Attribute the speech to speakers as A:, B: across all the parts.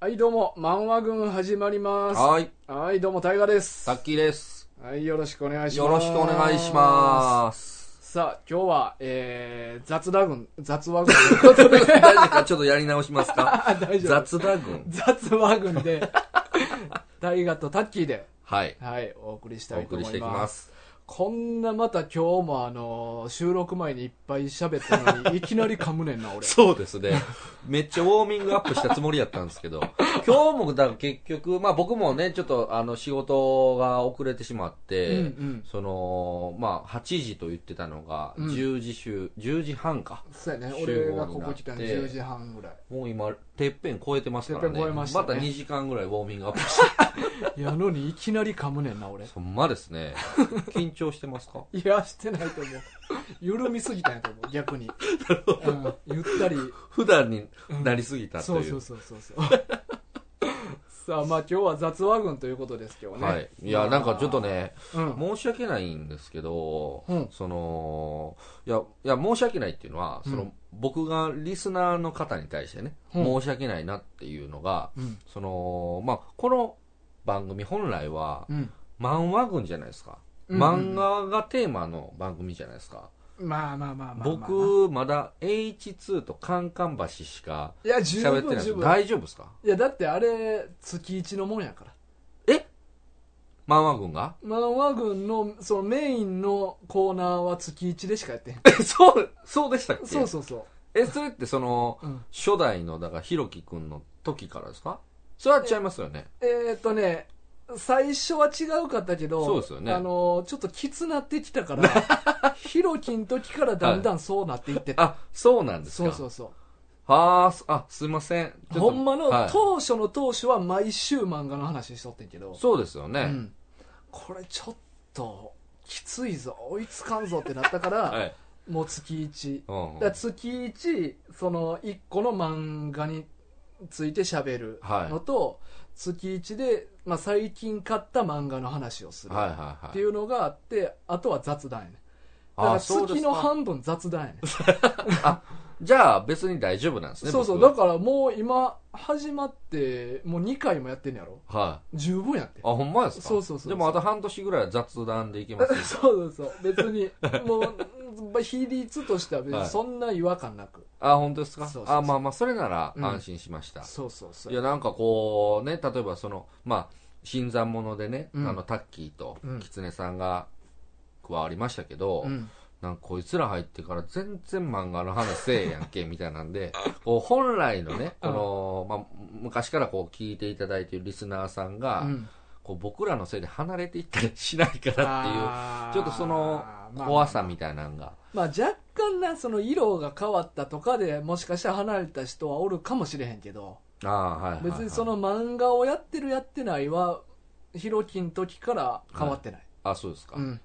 A: はい、どうも、漫画軍始まります。は
B: はい、
A: い、どうも、タイガです
B: さ。っきです。
A: はい、よろしくお願いします。
B: よろしくお願いします。
A: す。さあ、今日は、えー、雑打軍、雑話軍ということで、
B: 大丈夫かちょっとやり直しますか
A: 大丈夫。
B: 雑打軍。
A: 雑話軍で、タイガとタッキーで、
B: はい。
A: はい、お送りした
B: お
A: いと
B: 送
A: 思います。
B: りしていきます。
A: こんなまた今日もあのー、収録前にいっぱい喋った のに、いきなり噛むねんな、俺。
B: そうですね。めっちゃウォーミングアップしたつもりやったんです けど、今日もだから結局、まあ僕もね、ちょっとあの仕事が遅れてしまって、
A: うんうん
B: その、まあ8時と言ってたのが、
A: うん
B: 10時集、10時半か。
A: そうやね、
B: 集合
A: 俺
B: にな
A: が
B: って
A: ここ来たの10時半ぐらい。
B: もう今、てっぺん超えてますから
A: てっ
B: ね。
A: ぺん超えましたね
B: また2時間ぐらいウォーミングアッ プして。
A: やのに、いきなり噛むねんな、俺。
B: ほんまですね。緊張してますか
A: いや、してないと思う。緩みすぎたんやと思う、逆に。うん、ゆったり。
B: 普段になりすぎたと
A: そう
B: いう。
A: そうそうそうそう。さあ、まあ今日は雑話群ということですけどね。
B: はい。いや、なんかちょっと。ね、
A: うん。
B: 申し訳ないんですけど、
A: うん
B: その、いや、いや、申し訳ないっていうのは、その、
A: うん
B: 僕がリスナーの方に対してね、
A: うん
B: 申し訳ないなっていうのが、
A: うん。
B: その、まあ、この番組本来は、
A: うん。
B: 漫画群じゃないですか。
A: うん
B: 漫画がテーマの番組じゃないですか。
A: まあまあまあまあまあ。
B: 僕、まだ H2 とカンカン橋しか
A: いや、十
B: 喋ってな
A: 分
B: いんです
A: 十
B: よ
A: 分。
B: 大丈夫ですか
A: いや、だってあれ、月一のもんやから。
B: 漫画 群が
A: 漫画群の、そのメインのコーナーは月一でしかやってへん。
B: そう、そうでしたっけ
A: そうそうそ
B: え、それってその、
A: う。うん。
B: 初代の、だから、ひろきくんの時からですかそれは違いますよね。
A: えー、っとね、最初は違うかったけど、
B: そうですよね
A: あのーちょっときつなってきた から、ヒロキの時からだんだんそうなっていってた。
B: あ、そうなんです
A: そ
B: か。
A: うそうそ
B: はあす、あ、すいません。
A: う。ほんまの、
B: はい
A: 当初の当初は毎週漫画の話しとってんけど、
B: そうですよね。
A: うんこれちょっと、きついぞ、追いつかんぞってなったから、
B: はい。
A: もう月1。
B: う
A: だ
B: ん
A: から月1、その1個の漫画について喋るのと、月1で、まあ、最近買った漫画の話をする。
B: はいはいはい。、
A: っていううのがあってあとは雑談やねだから月の半分雑談やね
B: じゃあ、別に大丈夫なんですね。
A: そうそうだ
B: 僕
A: からもう今始まってもう2回もやってんねやろ
B: はい。
A: 十分やって
B: あ、ほんまですか
A: そうそうそう
B: でも、あと半年ぐらいは雑談でいけますよ。
A: そうそうそう別にもう比率としては別
B: は
A: に
B: い
A: そんな違和感なく、
B: あ、本当ですか
A: そうそうそう
B: あ、まあまあ、それなら
A: うん
B: 安心しました。
A: そうそうそ
B: いうやなんかこうね例えばそのまあ新参者でね、
A: うん
B: あのタッキーと
A: うん
B: キツネさんが加わりましたけど、
A: うん
B: なんかこいつら入ってから全然漫画の話せえやんけみたいなん でこう本来のねこの、まあ、昔からこう聞いていただいているリスナーさんが、
A: うん
B: こう僕らのせいで離れていったりしないからっていう
A: あー
B: ちょっとその
A: まあ
B: 怖さみたいなのが、
A: まあ若干なその色が変わったとかでもしかしたら離れた人はおるかもしれへんけど、
B: ああはいはいはい
A: 別にその漫画をやってるやってないはヒロキの時から変わってない、
B: あそうですか、
A: うん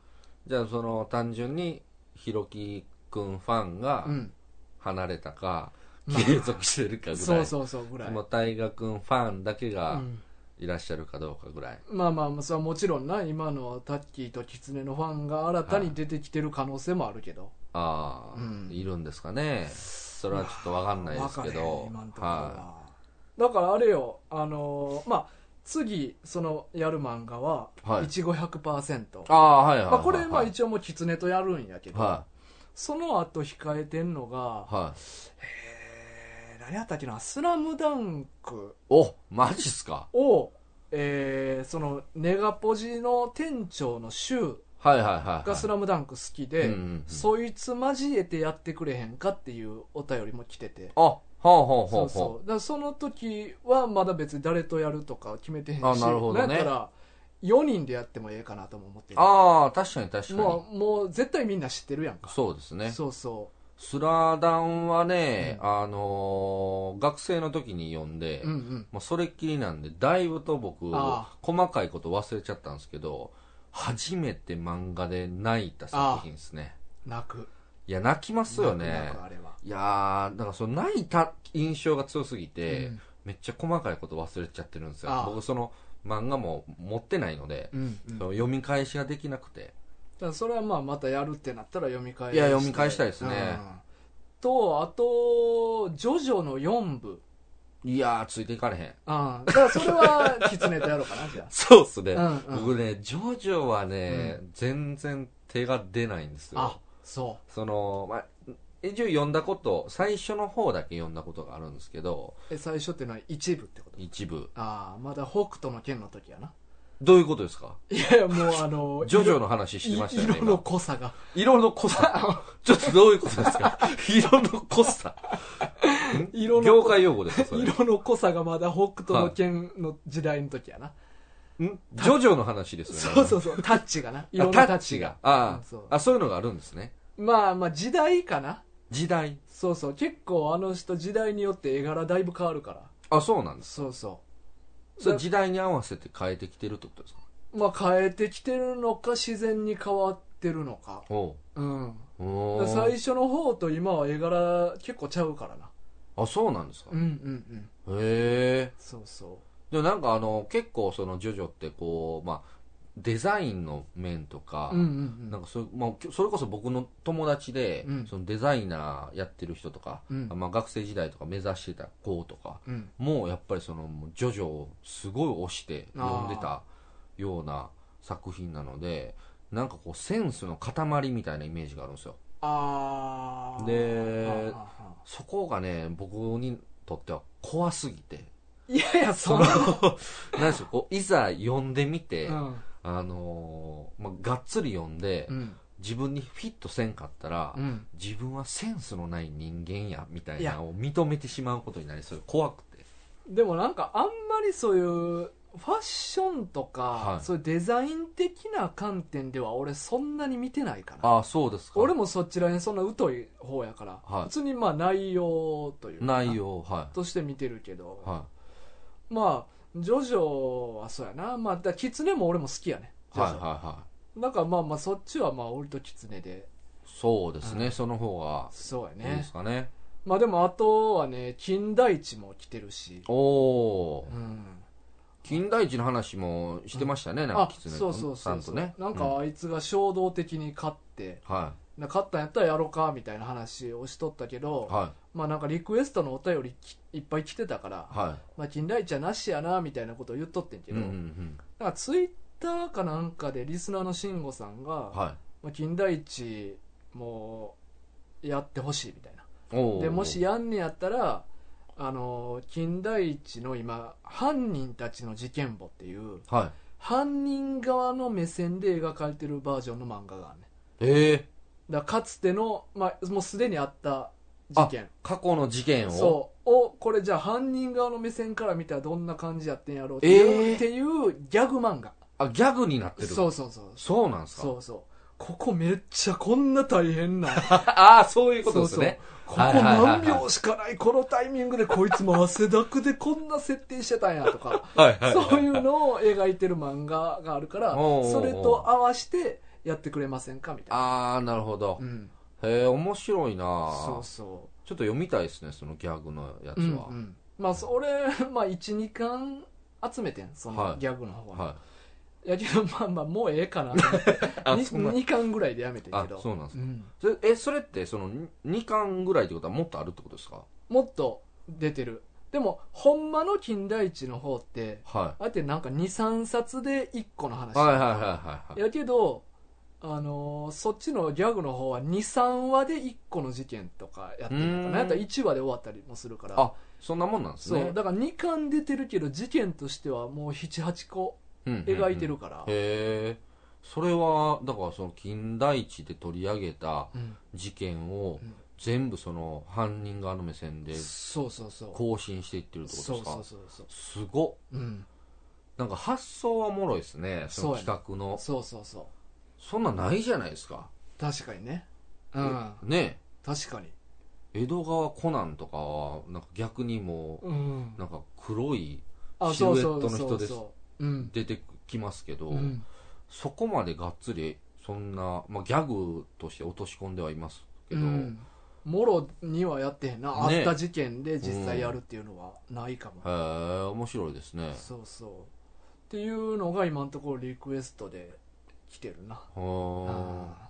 B: じゃあその単純にひろきくんファンが、
A: うん
B: 離れたか、
A: まあ
B: 継続してるかぐらい。
A: そうそうそうぐらい、
B: もう大河君ファンだけ
A: う
B: が
A: ん
B: いらっしゃるかどうかぐらい。
A: まあまあまあそれはもちろんな今のタッキーとキツネのファンが新たに出てきてる可能性もあるけど、
B: あ
A: う
B: あ、
A: ん
B: いるんですかね。それはちょっとわかんないです
A: まあわか。
B: けど
A: れへん今んところは
B: は
A: だからあれよあのーまあ次そのやる漫画は「
B: はい
A: いちご100%」
B: い。ああ、はいはいはい、
A: まあ、これまあ
B: はい。
A: 一応もうキツネとやるんやけど、
B: は
A: その後控えてんのが
B: い。はい。
A: えー何やったっけな「スラムダンク
B: お、マジっすか。
A: を、えーそのネガポジの店長のシュウ
B: はいはいはい、はい。
A: が「スラムダンク好きで、
B: うんうんうん
A: そいつ交えてやってくれへんかっていうお便りも来てて
B: あ、ほうほう
A: そ
B: ほう
A: うそ
B: ほ
A: うだからその時はまだ別に誰とやるとか決めてへんし
B: あなるほどね
A: んやったら4人でやってもええかなとも思って
B: う。
A: る
B: ああ、確かに確かに。
A: もうもう絶対みんな知ってるやんか
B: そうですね。
A: そうそ
B: スラダンはね、
A: う
B: あのー学生の時に読んで、
A: う、うんうん、
B: もうそれっきりなんでだいぶと僕
A: ああ
B: 細かいこと忘れちゃったんですけど初めて漫画で泣いた作品ですね
A: 泣く
B: いや泣きますよね
A: 泣く泣くあれはい
B: やーだからその泣いた印象が強すぎて、
A: うん
B: めっちゃ細かいこと忘れちゃってるんですよ
A: ああ
B: 僕その漫画も持ってないので、
A: うんうん
B: その読み返しができなくて
A: だからそれはまあまたやるってなったら読み返して
B: いや読み返したいですね
A: とあと「ジョジョの4部
B: いやー、ついていかれ へん。
A: ああだからそれはキツネとやろうかな じゃ
B: そうっすね。
A: あ、うんうん、
B: 僕ね、ジョジョはね、全然手が出ないんですよ
A: あ。そ
B: その、まあ、一応読んだこと、最初の方だけ読んだことがあるんですけど
A: う、え最初っていうのは一部ってこと
B: 一部。
A: ああまだ北斗の剣の時やな
B: どういうことですか
A: いやいやもうあ の
B: ジョジョの話してましたよ
A: い
B: ね。
A: 色の濃さが
B: 今色の 濃さ。ちょっとどういうことですか色の濃さ。
A: 色の
B: 業界用語ですかそれ。んジ
A: 色の濃さがまだ北斗の剣の時代の時やな、
B: ョジョの話ですよね。
A: そうそうそうタッチがな色
B: あ
A: の
B: タ
A: タ
B: ッ
A: ッ
B: チ
A: チ
B: が
A: が。
B: あ
A: うんそう
B: あ、そういうのがあるんですね。
A: まあまあ時代かな
B: 時代。
A: そうそう結構あの人時代によって絵柄だいぶ変わるから
B: あ、そうなんです。
A: そうそ
B: それ時代に合わせて変えてきてるってことですか
A: うまあ変えてきてるのか自然に変わってるのか
B: お
A: うん
B: う
A: だ
B: お
A: から最
B: ー
A: 初の方と今は絵柄結構ちゃうからな
B: あ、そうなんですか
A: うんうんうん
B: へえ。
A: そうそ
B: でもなんかあの、結構そのジョジョってこう、まあ、デザインの面とか、
A: ううんうんう
B: なん
A: ん
B: かそれ,、まあ、それこそ僕の友達で、
A: うん
B: そのデザイナーやってる人とか、
A: うん
B: まあ、学生時代とか目指してた子とか
A: うん
B: もうやっぱりそのもうジョジョをすごい推して読んでたような作品なのでなんかこうセンスの塊みたいなイメージがあるんですよ
A: ああ
B: で
A: あ
B: そこがね僕にとっては怖すぎ て
A: ーいやいやそんな
B: 何でしょうこういざ読んでみて、
A: うん
B: あのーまあ、がっつり読んで、
A: うん
B: 自分にフィットせんかったら、
A: うん
B: 自分はセンスのない人間やみたい
A: い
B: な
A: や
B: のを認めてしまうことになりそうで怖くて
A: でもなんかあんまりそういうファッションとか、
B: はい
A: そういうデザイン的な観点では俺そんなに見てないかな
B: ああそうですか
A: 俺もそちらにそんな疎い方やから、
B: はい
A: 普通にまあ内容というか
B: 内容は
A: として見てるけど、
B: いは
A: まあジョジョはそうやなまあだからキツネも俺も好きやね
B: い
A: ジ
B: はい
A: ョ
B: は
A: ジ
B: い
A: ョ
B: はい
A: だからまあまあそっちはまあ俺とキツネで
B: そうですね、
A: う
B: その方が
A: そうや
B: いいで
A: ね
B: すかね
A: まあでもあとはね金田一も来てるし
B: おお
A: うん
B: 金田一の話もしてましたね、なんか
A: あ
B: 狐
A: そうそう
B: さ
A: そ
B: ん
A: う
B: と
A: そう
B: ね
A: なんかあいつが衝動的に勝って、
B: うんは
A: な勝ったんやったらやろうかみたいな話をしとったけ
B: い
A: ど、
B: は
A: まあなんかリクエストのお便りきいっぱい来てたから、
B: いは
A: まあ金田一はなしやなみたいなことを言っとってん
B: い
A: け
B: うん
A: ど、
B: うんうん
A: なんかツイッターかなんかでリスナーの慎吾さんが、
B: は
A: まあ、金田一もうやってほしいみたいない
B: おお
A: でもしやんねやったらあの金田一の今犯人たちの事件簿っていう
B: はい
A: 犯人側の目線で描かれてるバージョンの漫画があるね
B: ええ
A: だからかつての、まあ、もうすでにあった事件
B: 過去の事件を
A: そうをこれじゃあ犯人側の目線から見たらどんな感じやってんやろうっていう,、
B: えー
A: っていうギャグ漫画
B: あギャグになってる
A: そうそうそう
B: そうなんですか
A: そうそうここめっちゃこんな大変な
B: ああ そういうことですね
A: ここ
B: はいはいはいはい
A: 何秒しかないこのタイミングでこいつも汗だくでこんな設定してたんやとか
B: はいは
A: そういうのを描いてる漫画があるから
B: おうおうおう
A: それと合わせてやってくれませんかみたいな
B: ああなるほど
A: う、ん
B: へえ面白いな
A: そ
B: あ
A: うそう
B: ちょっと読みたいですねそのギャグのやつ
A: うん
B: は、
A: うんまあそ俺、まあ、12巻集めてんそ
B: は
A: の
B: い
A: ギャグの方は、
B: はい
A: やけどまあまあもうええか なと思って
B: い
A: に
B: そんな
A: 2, 巻ぐらいでやめてん
B: あ
A: けど
B: そうなんです
A: うん
B: かそれえそれってそのに2巻ぐらいってことはもっとあるってことですか
A: もっと出てるでもほんまの金田一の方って
B: は
A: あえてなんか23冊で1個の話
B: いはいはいはいはいはい
A: やけどあのーそっちのギャグの方は23話で1個の事件とかやってるの
B: う
A: か
B: ーん
A: なやったら1話で終わったりもするから
B: あそんなもんなんです
A: そう、
B: ね
A: だから2巻出てるけど事件としてはもう78個
B: うんうんうん
A: 描いてるから、
B: へえそれはだからその金田一で取り上げた
A: うん
B: 事件を
A: うん
B: 全部その犯人側の目線で
A: そうそうそう
B: 更新していってるってこと
A: そ
B: で
A: う
B: す
A: そう
B: か
A: そうそう
B: すごっ
A: うん
B: なんか発想はおもろいですねそ
A: そ
B: の
A: うやね
B: 企画の
A: そうそうそう
B: そんなんないじゃないですか
A: 確かにねうん
B: ね
A: 確かに
B: え江戸川コナンとかはなんか逆にもう
A: うん
B: なんか黒い
A: あ
B: シ
A: そ
B: ル
A: う
B: エ
A: そ
B: ッ
A: う
B: トの
A: そ
B: 人
A: う
B: です
A: そううん
B: 出てきますけど、
A: うん
B: そこまでがっつりそんな、まあ、ギャグとして落とし込んではいますけど、
A: うんもろにはやってへんな、
B: ね
A: あった事件で実際やるっていうのはないかも、
B: へえ面白いですね
A: そうそうっていうのが今のところリクエストで来てるな
B: は
A: あ
B: あ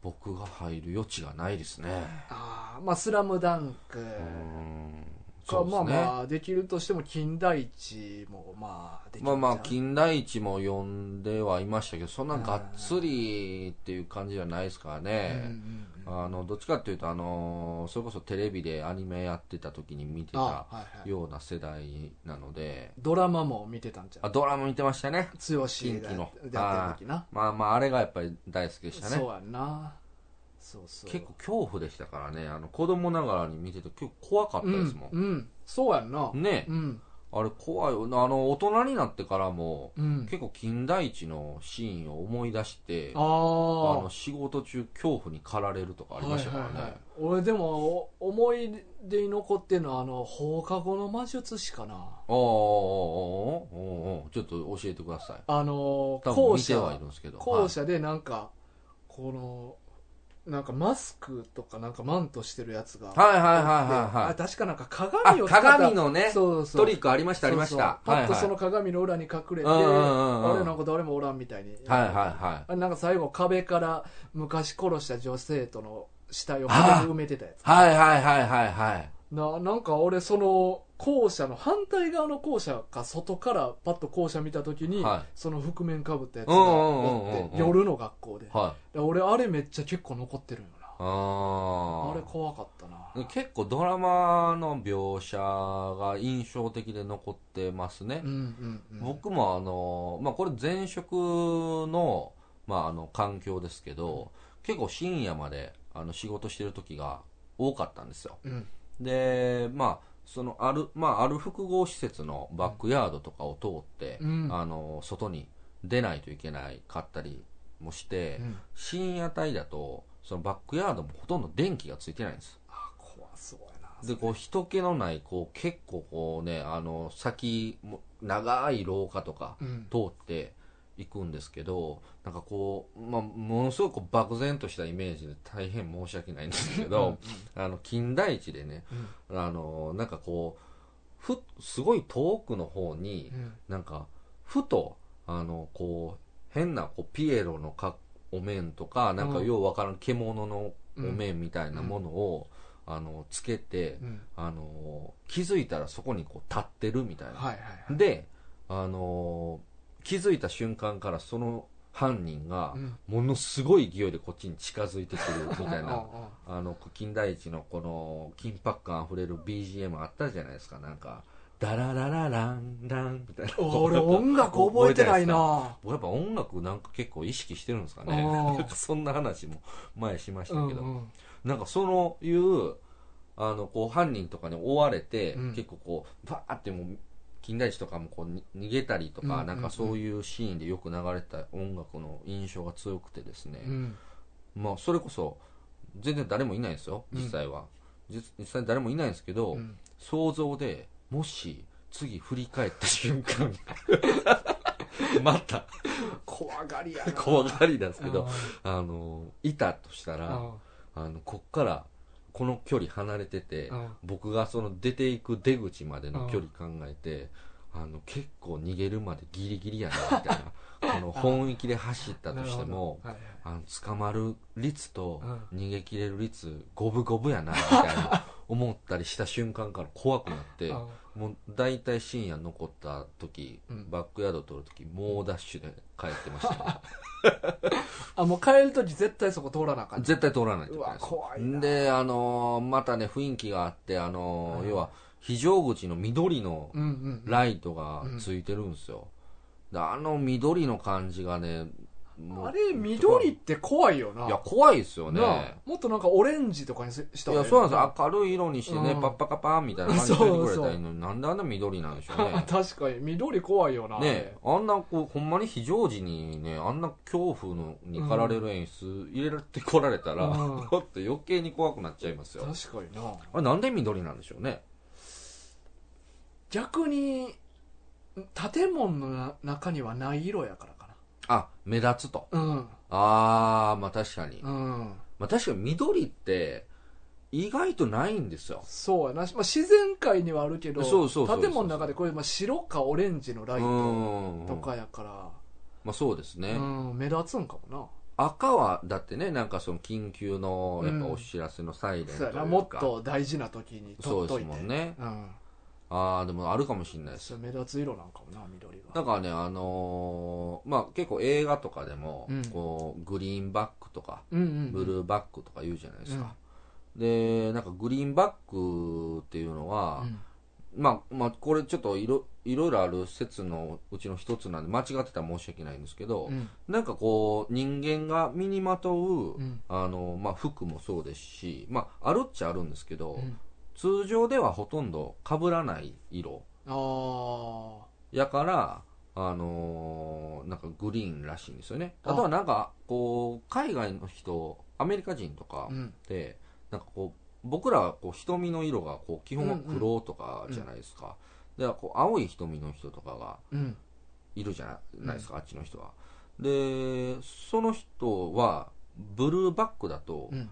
B: 僕が入る余地がないですね
A: ーあーまあ「スラムダンク
B: うーん
A: か、
B: そうで
A: ますあ
B: ね
A: まあできるとしても金田一もまあできるんち
B: ま
A: ゃ
B: あ
A: う
B: まあ、金田一も呼んではいましたけど、そんながっつりっていう感じじゃないですから
A: うんう
B: ね。
A: んうん
B: あの、どっちかっていうと、あの、それこそテレビでアニメやってた時に見て
A: あ
B: た
A: はいはい
B: ような世代なので、
A: ドラマも見てたんじゃ
B: あ、
A: ん
B: ドラマ見てましたね。
A: 剛
B: 近
A: が
B: 畿
A: や
B: の
A: ってる。時な
B: まあまあ、あれがやっぱり大好きでしたね
A: そ。うやんなそうそう
B: 結構恐怖でしたからね、あの、子供ながらに見てて結構怖かったですも。
A: うん、うん、そうやんなん
B: ね
A: うん
B: あれ怖いよな。あの、大人になってからも、
A: うん
B: 結構金田一のシーンを思い出して、
A: あ
B: あ
A: あ
B: の仕事中恐怖に駆られるとかありましたからね、
A: はいはいはい、俺でもお思い出に残ってるのはあの放課後の魔術師かな
B: おーおーおーおーおーちょっと教えてください
A: あの
B: 多分
A: 校
B: 見て
A: 舎
B: はいるんですけど
A: 校舎でなんか、このなんかマスクとかなんかマントしてるやつが
B: はいはいはい
A: あ
B: は
A: 確かなんか
B: いは
A: 鏡
B: いあ
A: を使った
B: 鏡のね
A: そうそう
B: トリックありましたありました
A: そうそう
B: はい
A: パッ
B: はい
A: とその鏡の裏に隠れて、
B: うんうんうんうん
A: 俺なんか誰もおらんみたいに、
B: はいはいは
A: あなんか最後壁から昔殺した女性との死体を壁で埋めてたやつ
B: いはいはいはいはいはい
A: ななんか俺その校舎の反対側の校舎か外からパッと校舎見た時に、
B: はい
A: その覆面かぶったやつが
B: うんうんうんうん
A: おって夜の学校で
B: はい
A: で俺あれめっちゃ結構残ってるんよなあ
B: あ
A: れ怖かったな
B: あ結構ドラマの描写が印象的で残ってますね
A: うんうんうん
B: 僕もあの、まあ、これ前職の,、まああの環境ですけど、結構深夜まであの仕事してる時が多かったんですよ
A: うん
B: でまあそのある、まあ、ある複合施設のバックヤードとかを通って、
A: うん
B: あの外に出ないといけないかったりもして、
A: うん
B: 深夜帯だとそのバックヤードもほとんど電気がついてないんです
A: あ怖そうやな
B: でこう人気のないこう結構こうねあの先も長い廊下とか、
A: うん
B: 通っていくんですけどなんかこう、まあ、ものすごくこう漠然としたイメージで大変申し訳ないんですけどあの金田一でね
A: うん
B: あのなんかこうふすごい遠くの方に
A: うん
B: なんかふとあのこう変なこうピエロのかお面とかなんか
A: うん
B: ようわからん獣のお面みたいなものを、あのつけて、
A: うん
B: あの気づいたらそこにこう立ってるみたいな。
A: はいはいはい
B: で、あのー気づいた瞬間からその犯人が
A: うん
B: ものすごい勢いでこっちに近づいてくるみたい
A: う
B: なん
A: うんうん
B: あの金田一のこの緊迫感あふれる BGM あったじゃないですかなんか「ダラララランラン」みたいな
A: 俺音楽覚えてないな
B: 僕やっぱ音楽なんか結構意識してるんですか
A: あ
B: ね
A: ー
B: なんか そんな話も前しました
A: うん
B: けど、
A: うん
B: なんかそのいうあのこう犯人とかに追われて、
A: うん
B: 結構こうバーってもう金田一とかもこうに逃げたりとか、
A: うんうんうん
B: なんかそういうシーンでよく流れた音楽の印象が強くてですね、
A: うん
B: まあそれこそ全然誰もいないんですよ実際は、実実際誰もいないんですけど、
A: うん
B: 想像でもし次振り返った 瞬間 また
A: 怖がりやな
B: 怖がりなんですけ
A: う
B: ど
A: ん
B: あのいたとしたら、あのこっからこの距離離れてて、
A: うん
B: 僕がその出ていく出口までの距離考えて、あの結構逃げるまでギリギリやなみたいな この本域で走ったとしても
A: なるほどはいはい
B: あの捕まる率と
A: う
B: 逃げ切れる率五分五分やなみたいな思ったりした瞬間から怖くなって
A: うん
B: もう大体深夜残った時
A: うん
B: バックヤード取る時猛ダッシュで帰ってました ね
A: あもう帰る時絶対そこ通らなあかん
B: 絶対通らないといけないう
A: わ怖いな
B: であのーまたね雰囲気があってあのー
A: うん
B: 要は非常口の緑の
A: うんうん
B: ライトがついてるんですよ、であの緑の感じがねもう
A: あれ緑って怖いよない
B: や怖いですよね
A: なあもっとなんかオレンジとかにせした
B: い
A: ら
B: や
A: ええ
B: そうな
A: のに
B: んですよ明るい色にしてね、
A: うん
B: パッパカパーンみたいな感じで出てくれたらいいのになんであんな緑なんで しょうね
A: 確かに緑怖いよな
B: ねあんなこうほんまに非常時にねあんな恐怖のに駆られる演出入れてこられたら、
A: うん
B: ちょっと余計に怖くなっちゃいますよ
A: 確かにな
B: あれなんで緑なんでしょうね
A: 逆に建物のな中にはない色やからか
B: あ目立つと
A: なうん
B: ああまあ確かに、
A: うん
B: まあ、確かに緑って意外とないんですよ
A: そうやな、まあ、自然界にはあるけど
B: そうそうそうそう
A: 建物の中でこういう、まあ、白かオレンジの
B: う
A: ライト
B: ん
A: とかやから、
B: まあそうですね、
A: うん目立つんかも
B: 赤はだってねなんかその緊急のやっぱ
A: うん
B: お知らせのサイレ
A: な
B: ン
A: そ
B: と
A: う
B: いう
A: や
B: か、
A: なもっと大事な時に取
B: そう
A: っ
B: で
A: と
B: す
A: い
B: も
A: て
B: んね
A: うん
B: ああ、でもあるかもしれないです。
A: それ目立つ色なんかもな緑
B: な
A: が
B: んかね、あのーまあ、結構映画とかでも、
A: うん
B: こう、グリーンバックとか、
A: うんうん
B: ブルーバックとか言うじゃないですか。で、なんかグリーンバックっていうのは、
A: うん
B: まあ、まあ、これちょっといろ、いろいろある説のうちの一つなんで、間違ってたら申し訳ないんですけど、
A: うん
B: なんかこう、人間が身にまとう、
A: うん
B: あの、まあ、服もそうですし、まあ、あるっちゃあるんですけど、
A: うん
B: 通常ではほとんど被らない色。
A: ああ
B: やから、あのーなんかグリーンらしいんですよね。あとはなんか、こう、海外の人、アメリカ人とか
A: うん
B: って、なんかこう、僕らはこう瞳の色がこう基本は黒とかじゃないですか。で、こう青い瞳の人とかが
A: うん
B: いるじゃないですか、あっちの人は。で、その人は、ブルーバックだと
A: う、ん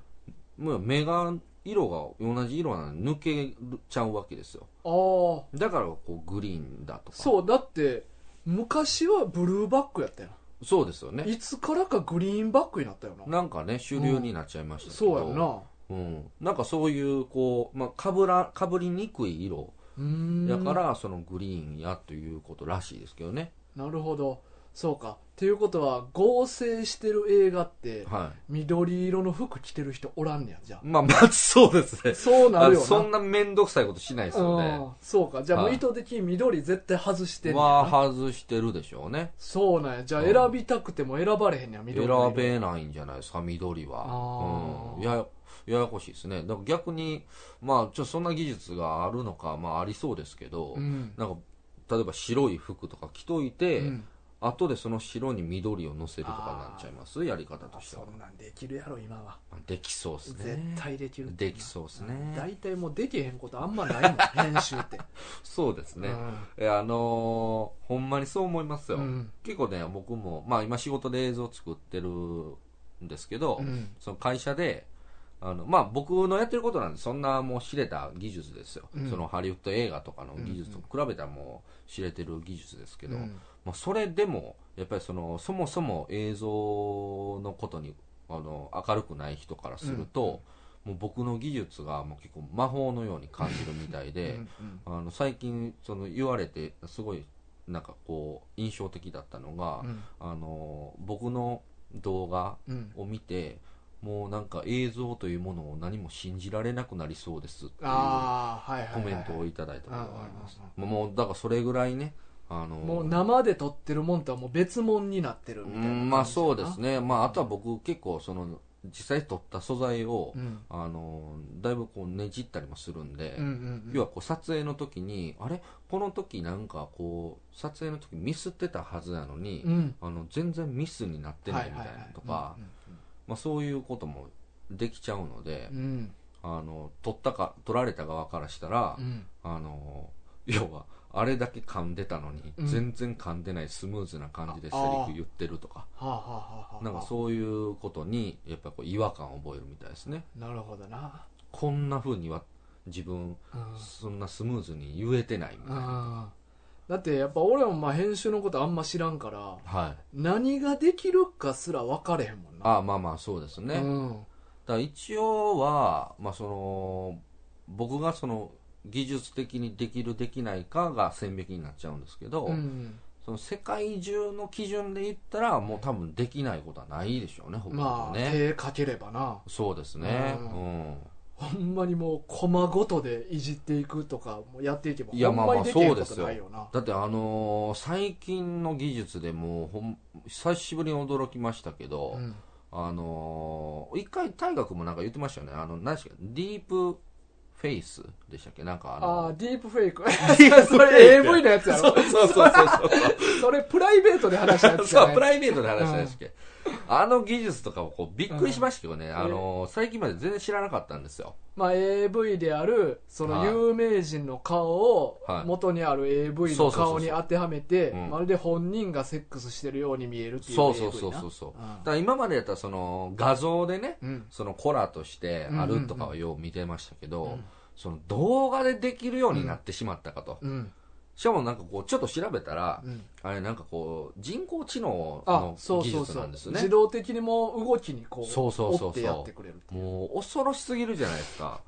B: もう目が、色が同じ色なのに抜けちゃうわけですよ。
A: ああ
B: だからこうグリーンだとか。
A: そうだって昔はブルーバックやったよ
B: そうですよね
A: な。いつからかグリーンバックになったよな
B: なんかね、主流になっちゃいましたけ
A: そ
B: ど、
A: うやんな
B: うん。なんかそういう、こう、まあ、かぶら、かぶりにくい色。
A: うーん
B: だから、そのグリーンやということらしいですけどね。
A: なるほどそうかっていうことは合成してる映画って
B: は
A: 緑色の服着てる人おらんねやじゃ
B: い。まあ、まずそうですね
A: あ。そうなる
B: あ
A: よ
B: の
A: な
B: そんなめんどくさいことしないですよね。
A: うんそうかじゃあも
B: は
A: う
B: い
A: 意図的に緑絶対外してんねやな
B: は、外してるでしょうね。
A: そうなんやじゃあ
B: うん
A: 選びたくても選ばれへんねや緑
B: 選
A: の色
B: べないんじゃないですか、緑は
A: あ。ー
B: うん。やや、ややこしいですね。だから逆に、まあ、ちょっとそんな技術があるのか、まあ、ありそうですけど、
A: うん
B: なんか、例えば白い服とか着といて、
A: うん
B: 後でその白に緑を乗せるとかになっちゃいますやり方としては
A: そんなんできるやろ今は
B: できそうですね
A: 絶対できる
B: できそうですね
A: 大体もうできへんことあんまない もん編集って
B: そうですね、
A: うん
B: えあのーほんまにそう思いますよ、
A: うん
B: 結構ね僕もまあ今仕事で映像作ってるんですけど、
A: うん
B: その会社であのまあ、僕のやってることなんでそんなもう知れた技術ですよ、
A: うん
B: そのハリウッド映画とかの技術と比べたらもう知れてる技術ですけど、
A: うん
B: まあ、それでもやっぱりそのそもそも映像のことにあの明るくない人からすると、もう僕の技術がもう結構魔法のように感じるみたい で、
A: うん
B: あの最近その言われてすごいなんかこう印象的だったのが、
A: うん
B: あの僕の動画
A: うん
B: を見てもうなんか映像というものを何も信じられなくなりそうですっていう
A: ああはいはいは
B: コ
A: い
B: メントをいただいたことがあります
A: うんうん。
B: もうだからそれぐらいねあの
A: もう生で撮ってるもんとはもう別物になってるみたいな
B: うんまあそうです
A: ね
B: ね、まあ、あとは僕結構その実際に撮った素材を、
A: うん
B: あのだいぶこうねじったりもするんで、
A: うんうん
B: 要はこう撮影の時にあれこの時なんかこう撮影の時ミスってたはずなのに、
A: うん
B: あの全然ミスになってないみたいなと
A: は
B: かまあそういうこともできちゃうので
A: いはいはい、うん
B: あの撮ったか撮られた側からしたら、
A: うん
B: あの要はあれだけ噛んでたのに、
A: うん
B: 全然噛んでないスムーズな感じでセリフ言ってるとか。
A: はあはあはあはあ
B: なんかそういうことにやっぱこう違和感を覚えるみたいですね
A: なるほどな
B: こんな風には自分
A: うん
B: そんなスムーズに言えてないみたいな
A: うんだってやっぱ俺もまあ編集のことあんま知らんから
B: はい
A: 何ができるかすら分かれへんもんな
B: ああまあまあそうですね、だ
A: うん
B: から一応はまあその僕がその技術的にできるできないかが線引きになっちゃうんですけど、
A: うん
B: その世界中の基準で言ったらもう多分できないことはないでしょうねほぼ
A: まあ
B: ね、
A: 手かければな
B: そうですね
A: う
B: うん
A: ほんまにもうコマごとでいじっていくとかもうやっていけば
B: いや
A: ほんま
B: まあ
A: に
B: まあ
A: できへん
B: そう
A: こ
B: です
A: と
B: よ
A: ないよな
B: だってあのー最近の技術でもうほん久しぶりに驚きましたけど、
A: うん
B: あのー一回大河君もなんか言ってましたよねあの何でしたっけディープフェイスでしたっけなんかあ
A: ああ
B: の
A: ディープフェイ クいやそれ AV のやつや ろ
B: そうそうそうそう
A: それプライベートで話したや
B: そう
A: つじゃ
B: そう
A: ない
B: プライベートで話したんですっけ、あの技術とかもこうびっくりしましたけどね、あのー最近まで全然知らなかったんですよ
A: まあ AV であるその
B: はい
A: 有名人の顔を
B: はい
A: 元にある AV
B: そ
A: の
B: うそうそうそ
A: 顔
B: う
A: に当てはめて
B: うん
A: まるで本人がセックスしてるように見えるっていう
B: そうそう
A: AV
B: そう
A: な
B: そうそう
A: うん
B: だから今までやったらその画像でね、
A: うん
B: そのコラとしてあるとかはよう見てましたけど、その動画でできるようになってしまったかと、
A: うん
B: しかもなんかこうちょっと調べたら、
A: うん
B: あれなんかこう人工知能
A: あ
B: の
A: そう
B: 技
A: そう
B: 術
A: そ
B: なん
A: う
B: ですね
A: 自動的にもう動きにこう
B: そうそうそうそう
A: 追ってやってくれるっていう
B: もう恐ろしすぎるじゃないですか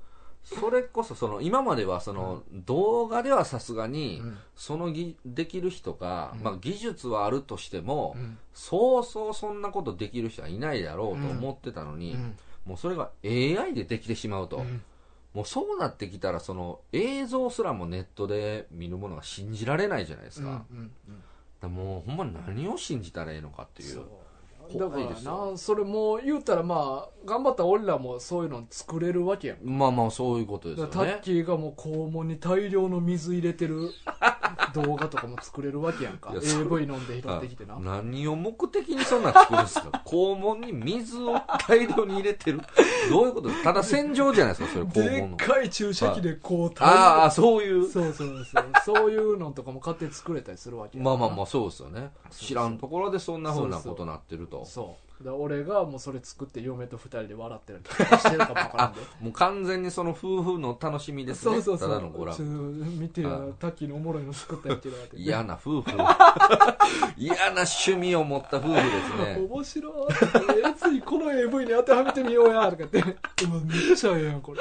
B: それこそその今まではその動画ではさすがに
A: うん
B: そのぎできる人が
A: うん
B: まあ技術はあるとしても
A: うん
B: そうそうそんなことできる人はいないだろうと思ってたの
A: う
B: に
A: ん
B: もうそれが AI でできてしまう
A: う
B: と
A: ん
B: もうそうなってきたらその映像すらもネットで見るものが信じられないじゃないですかだか
A: うんうん
B: らもうほんま何を信じたらいいのかっていう
A: そうだか
B: 怖い
A: ら
B: ですよ
A: なそれもう言うたらまあ頑張ったら俺らもそういうの作れるわけやん
B: まあまあそういうことですよ
A: だからタ
B: ね
A: ッキーがもう肛門に大量の水入れて る動画とかも作れるわけやんか
B: いやそう
A: AV 飲んで拾ってきてな
B: あ何を目的にそんなん作るんで すか肛門に水を大量に入れてるどういうことですただ洗浄じゃないですかそれ肛
A: で
B: 門
A: っ
B: の
A: かい注射器でこう
B: ああ
A: あ
B: そういう
A: そうそうそうそういうのとかも勝手に作れたりするわけやんか
B: まあまあまあそうですよね知らんところでそんなふうなことなってると
A: そうだから俺がもうそれ作って嫁と二人で笑ってるとかしてるかもわからんで
B: もう完全にその夫婦の楽しみ ですね
A: そうそうそう
B: ただの娯
A: ちょ
B: 楽
A: 見て
B: あ
A: よタッキーのおもろいの作ったりって言われて
B: 嫌な夫 婦嫌な趣味を持った夫婦ですね
A: 面白いえついこの AV に当てはめてみようやとかってうわめっちゃええやんこれ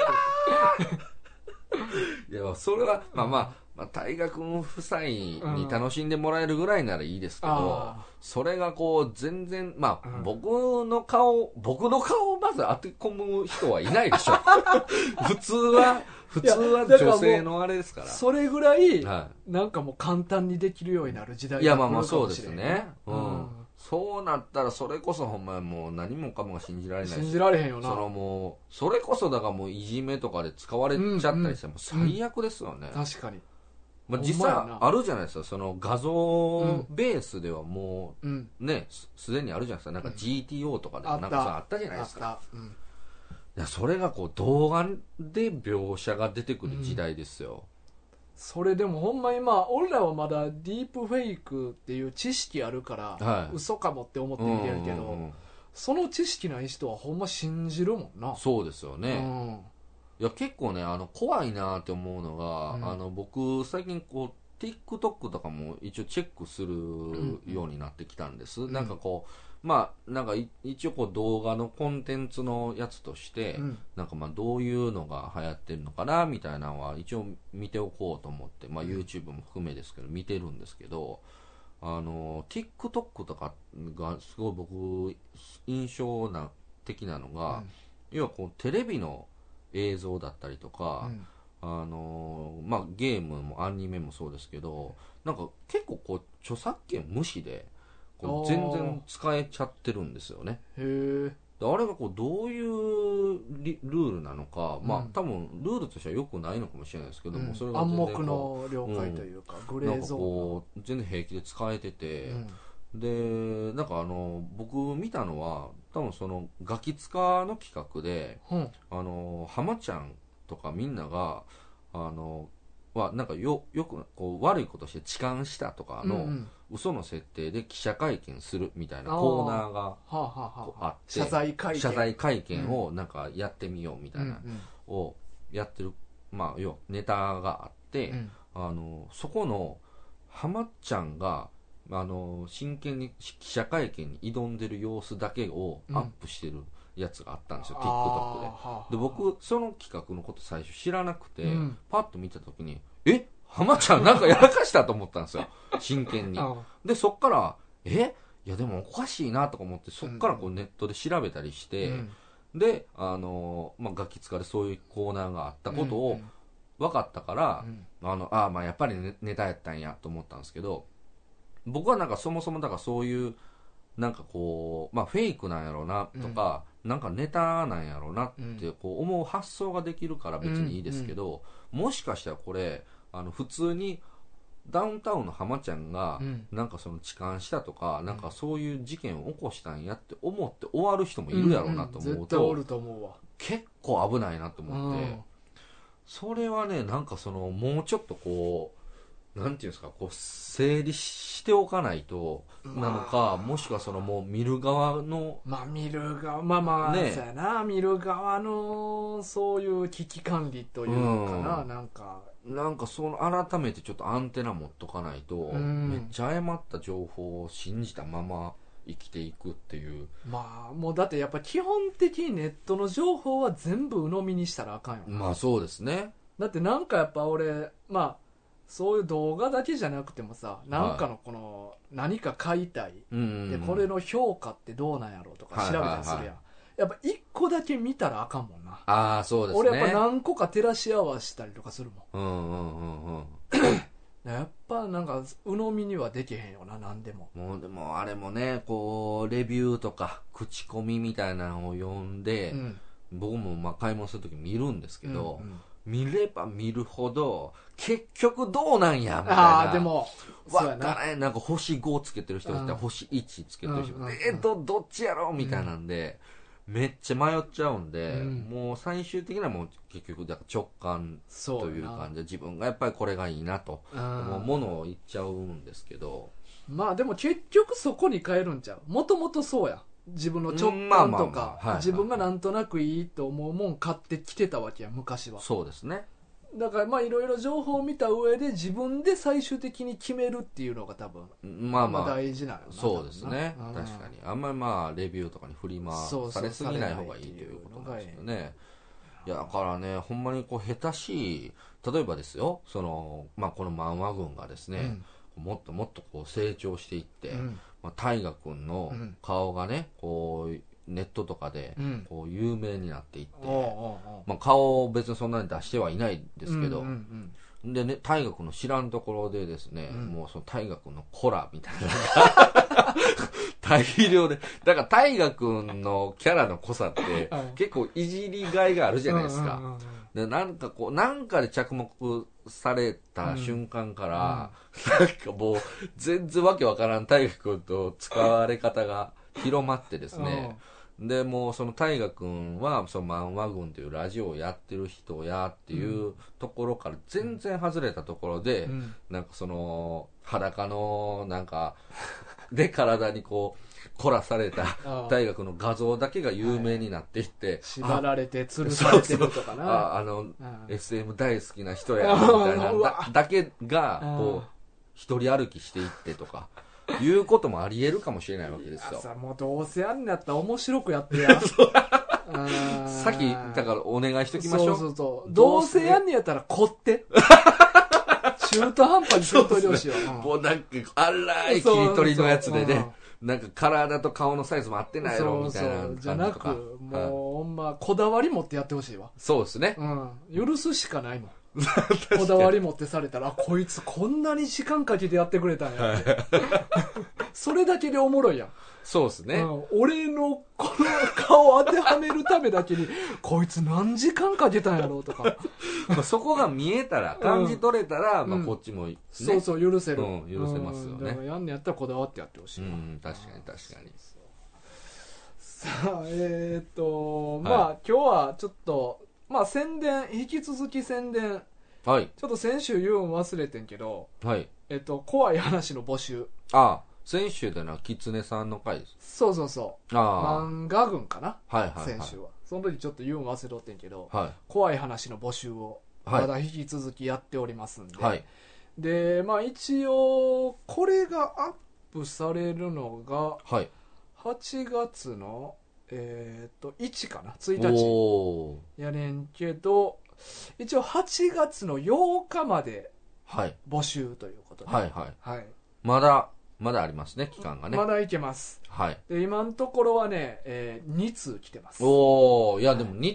B: いやそれはまあまあまあ、大河君夫妻に楽しんでもらえるぐらいならいいですけど、
A: あ
B: それがこう全然まあ、
A: うん
B: 僕の顔僕の顔をまず当て込む人はいないでしょ 普通は普通は
A: だからもう
B: 女性のあれですか
A: あ
B: ら
A: それぐらい
B: は
A: なんかもう簡単にできるようになる時代
B: い、いやまあ
A: 来
B: まあ
A: るか
B: そう
A: も
B: で
A: し
B: す
A: れん
B: ねう、
A: うんん
B: そうなったらそれこそほんまもう何もかもが信じられない
A: 信
B: し
A: じられへんよ
B: そ
A: な
B: のもうそれこそだからもういじめとかで使われちゃったりして、もう最悪ですよね、
A: 確かに
B: まあ、実際
A: ほんまやな
B: あるじゃないですかその画像ベースではもう、
A: うん
B: ねすすでにあるじゃないですかなんか
A: うん
B: GTO とかで
A: あっ
B: なん
A: た
B: かさあったじゃない
A: あ
B: で
A: っ
B: すか
A: たうん
B: いやそれがこう動画で描写が出てくる時代ですよ、
A: それでもほんま今俺らはまだディープフェイクっていう知識あるから、
B: はい
A: 嘘かもって思って
B: うん
A: 見てるけど、
B: うんうん
A: その知識ない人はほんま信じるもんな
B: そうですよ
A: う
B: ね、
A: ん
B: いや結構ねあの怖いなって思うのが、
A: うん
B: あの僕最近こう TikTok とかも一応チェックするようになってきたんです、
A: ん
B: なんかこうまあなんかい一応こう動画のコンテンツのやつとして、
A: うん
B: なんかまあどういうのが流行ってるのかなみたいなのは一応見ておこうと思って、まあ、YouTube も含めですけど見てるんですけどあの TikTok とかがすごい僕印象な的なのが、要はこうテレビの映像だったりと
A: う
B: か、
A: ん
B: あのまあ、ゲームもアニメもそうですけどなんか結構こう著作権無視でこう全然使えちゃってるんですよね。
A: へえ
B: であれがこうどういうリルールなのか、まあ
A: うん
B: 多分ルールとしては良くないのかもしれないですけども、それが
A: 暗
B: 全然こう
A: 黙の了解というか、グレ
B: なん
A: ー
B: か
A: ゾーン
B: こう全然平気で使えてて、
A: うん
B: でなんかあの僕見たのは多分そのガキ使の企画で
A: うん
B: あの浜ちゃんとかみんながあのはなんかよよくこう悪いことして痴漢したとかの、
A: うんうん
B: 嘘の設定で記者会見するみたいなコーナー
A: はあ
B: が
A: はあは
B: こう
A: あ
B: あって
A: 謝罪会見
B: 謝罪会見をなんかやってみようみたい
A: う
B: な
A: ん
B: をやってる、まあ要はネタがあって、
A: うん
B: あのそこの浜ちゃんがあの真剣に記記者会見に挑んでる様子だけをアップしてるやつがあったんですよ、
A: あー
B: TikTok で
A: はあはあ
B: で僕その企画のこと最初知らなくて、
A: うん
B: パッと見た時にえ浜ちゃんなんかやらかしたと思ったんです よ真剣に
A: あ
B: でそっからえいやでもおかしいなとか思ってそっからこうネットで調べたりして、
A: うん
B: で、あのまあ、ガキ使でそういうコーナーがあったこと
A: う
B: を
A: ん
B: 分かったから
A: う、ん
B: あのあーまあやっぱりネネタやったんやと思ったんですけど僕はなんかそもそもだからそういうなんかこう、まあ、フェイクなんやろうなとか、なんかネタなんやろうなってこう思う発想ができるから別にいいですけど、もしかしたらこれあの普通にダウンタウンの浜ちゃんが、
A: うん
B: なんかその痴漢したとか、なんかそういう事件を起こしたんやって思って終わる人もいるやろうなと
A: んん
B: 思う
A: 絶対
B: と、
A: おると思うわ
B: 結構危ないなと思って、
A: うん
B: それはねなんかそのもうちょっとこうなんていうんですかこう整理しておかないとなのか、もしくはそのもう見る側の
A: まあ見る側まあまあ、
B: ねえ
A: そうやな見る側のそういう危機管理というのかな、
B: うん
A: なんか
B: なんかその改めてちょっとアンテナ持っとかないと、
A: ん
B: めっちゃ誤った情報を信じたまま生きていくっていう
A: まあもうだってやっぱ基本的にネットの情報は全部鵜呑みにしたらあかんよな、
B: まあそうですね
A: だってなんかやっぱ俺まあそういう動画だけじゃなくてもさなんかのこの何か買いたい、
B: うんうんう
A: で
B: ん
A: これの評価ってどうなんやろうとか調べたりするやん、
B: はいはいはい
A: やっぱ一個だけ見たらあかんもんな、
B: ああそうですね
A: 俺やっぱ何個か照らし合わせたりとかするも
B: うんうんうんうん
A: んやっぱなんか鵜呑みにはできへんよな何でも
B: もうでもあれもねこうレビューとか口コミみたいなのを読んで、
A: うん
B: 僕もまあ買い物するとき見るんですけど、
A: うんうん
B: 見れば見るほど結局どうなんやみたいな
A: ああでも
B: わ
A: そうや
B: か
A: な
B: らんなんか星5つけてる人がいたら
A: うん
B: 星1つけてる人
A: うんうんうん
B: えー、どどっちやろうみたいなんで、めっちゃ迷っちゃうんで、
A: うん
B: もう最終的にはもう結局だから直感
A: そ
B: と
A: う
B: いう
A: やな
B: 感じで自分がやっぱりこれがいいなと
A: うん
B: 思うものを言っちゃうんですけど、
A: まあでも結局そこに変えるんちゃうもともとそうや自分の直
B: うんまあ
A: 感
B: まあ
A: と
B: まあはいはい
A: か自分がなんとなくいいと思うもん買ってきてたわけや昔は
B: そうですね
A: だからまあいろいろ情報を見た上で自分で最終的に決めるっていうのが多分
B: まあまあ、
A: 大事なの
B: そうですね
A: うん
B: 確かにあんまりまあレビューとかに振り回
A: そうそ
B: さ
A: う
B: れすぎない方がいいということなんですよねいやだからねほんまにこう下手しい例えばですよその、まあ、この漫画軍がですね、もっともっとこう成長していって、
A: うん
B: まあ、大河君の
A: うん
B: 顔がねこうネットとかで
A: うん
B: こう有名になっていって、
A: おうおうおう
B: まあ、顔を別にそんなに出してはいないですけど、
A: うんうんうん
B: でね、大学の知らんところでですね、
A: うん
B: もうその大学のコラみたいなの が大量で、だから大学のキャラの濃さって
A: うん
B: 結構いじりがいがあるじゃないです
A: うんう
B: か。
A: んうん
B: でなんかこう、なんかで着目された瞬間から、なんかもう全然わけわからん大学と使われ方が広まってですね、でもうその大河君はその漫画軍というラジオをやってる人やっていうところから全然外れたところで、
A: うんうん
B: なんかその裸のなんか で体にこう凝らされた
A: ああ
B: 大学の画像だけが有名になっていって、
A: 縛られて吊るされてるとかな
B: ああの
A: うん
B: SM 大好きな人や
A: あ
B: みたいな
A: うわ
B: だだけがこう一人歩きしていってとかいうこともありえるかもしれないわけですよ
A: 朝もうどうせあんなやったら面白くやって やさ
B: さっきだからお願いしときまし
A: そう
B: ょう
A: そうそう
B: ど
A: ど
B: う
A: う
B: せ
A: せやんねやったら凝って 中途半端にするといてほしいようん
B: もうなんか荒い切り取りのやつで
A: そうそう
B: ねなんか体と顔のサイズも合ってないやろみたいな
A: そう
B: 感
A: そう
B: じ
A: じゃな
B: と
A: く
B: かはい
A: もうほんまこだわり持ってやってほしいわ
B: そうですね
A: うん許すしか ないもんこだわり持ってされたらあこいつこんなに時間かけてやってくれたんやって それだけでおもろいやん
B: そうですね
A: うん、俺のこの顔当てはめるためだけにこいつ何時間かけたんやろうとか、
B: まあそこが見えたら感じ取れたら
A: うん
B: まあこっちもね
A: そうそう許せる、
B: うん許せますよね
A: うんだからやんねやったらこだわってやってほしいわ、
B: うん確かに確かに
A: さあえー、っとまあ、
B: は
A: 今日はちょっとまあ宣伝引き続き宣伝
B: はい
A: ちょっと先週言うん忘れてんけど
B: はい
A: えっと怖い話の募集
B: ああ先週だな狐さんの回です
A: そうそうそう
B: あ
A: 漫画軍かな
B: あはいはい
A: 先
B: は
A: 週は、その時ちょっと言うん忘れとってんけど、
B: いは
A: 怖い話の募集を
B: はい
A: まだ引き続きやっておりますんで、
B: いはい
A: でまあ一応これがアップされるのが
B: はい
A: 8月のえー、と1かな1日
B: おー
A: やねんけど一応8月の8日まで
B: はい
A: 募集ということで、
B: はいはい
A: はい
B: まだまだありますね期間がね
A: まだいけます
B: はい
A: で今のところはね、え2通来てます
B: おおいやでも
A: う
B: 2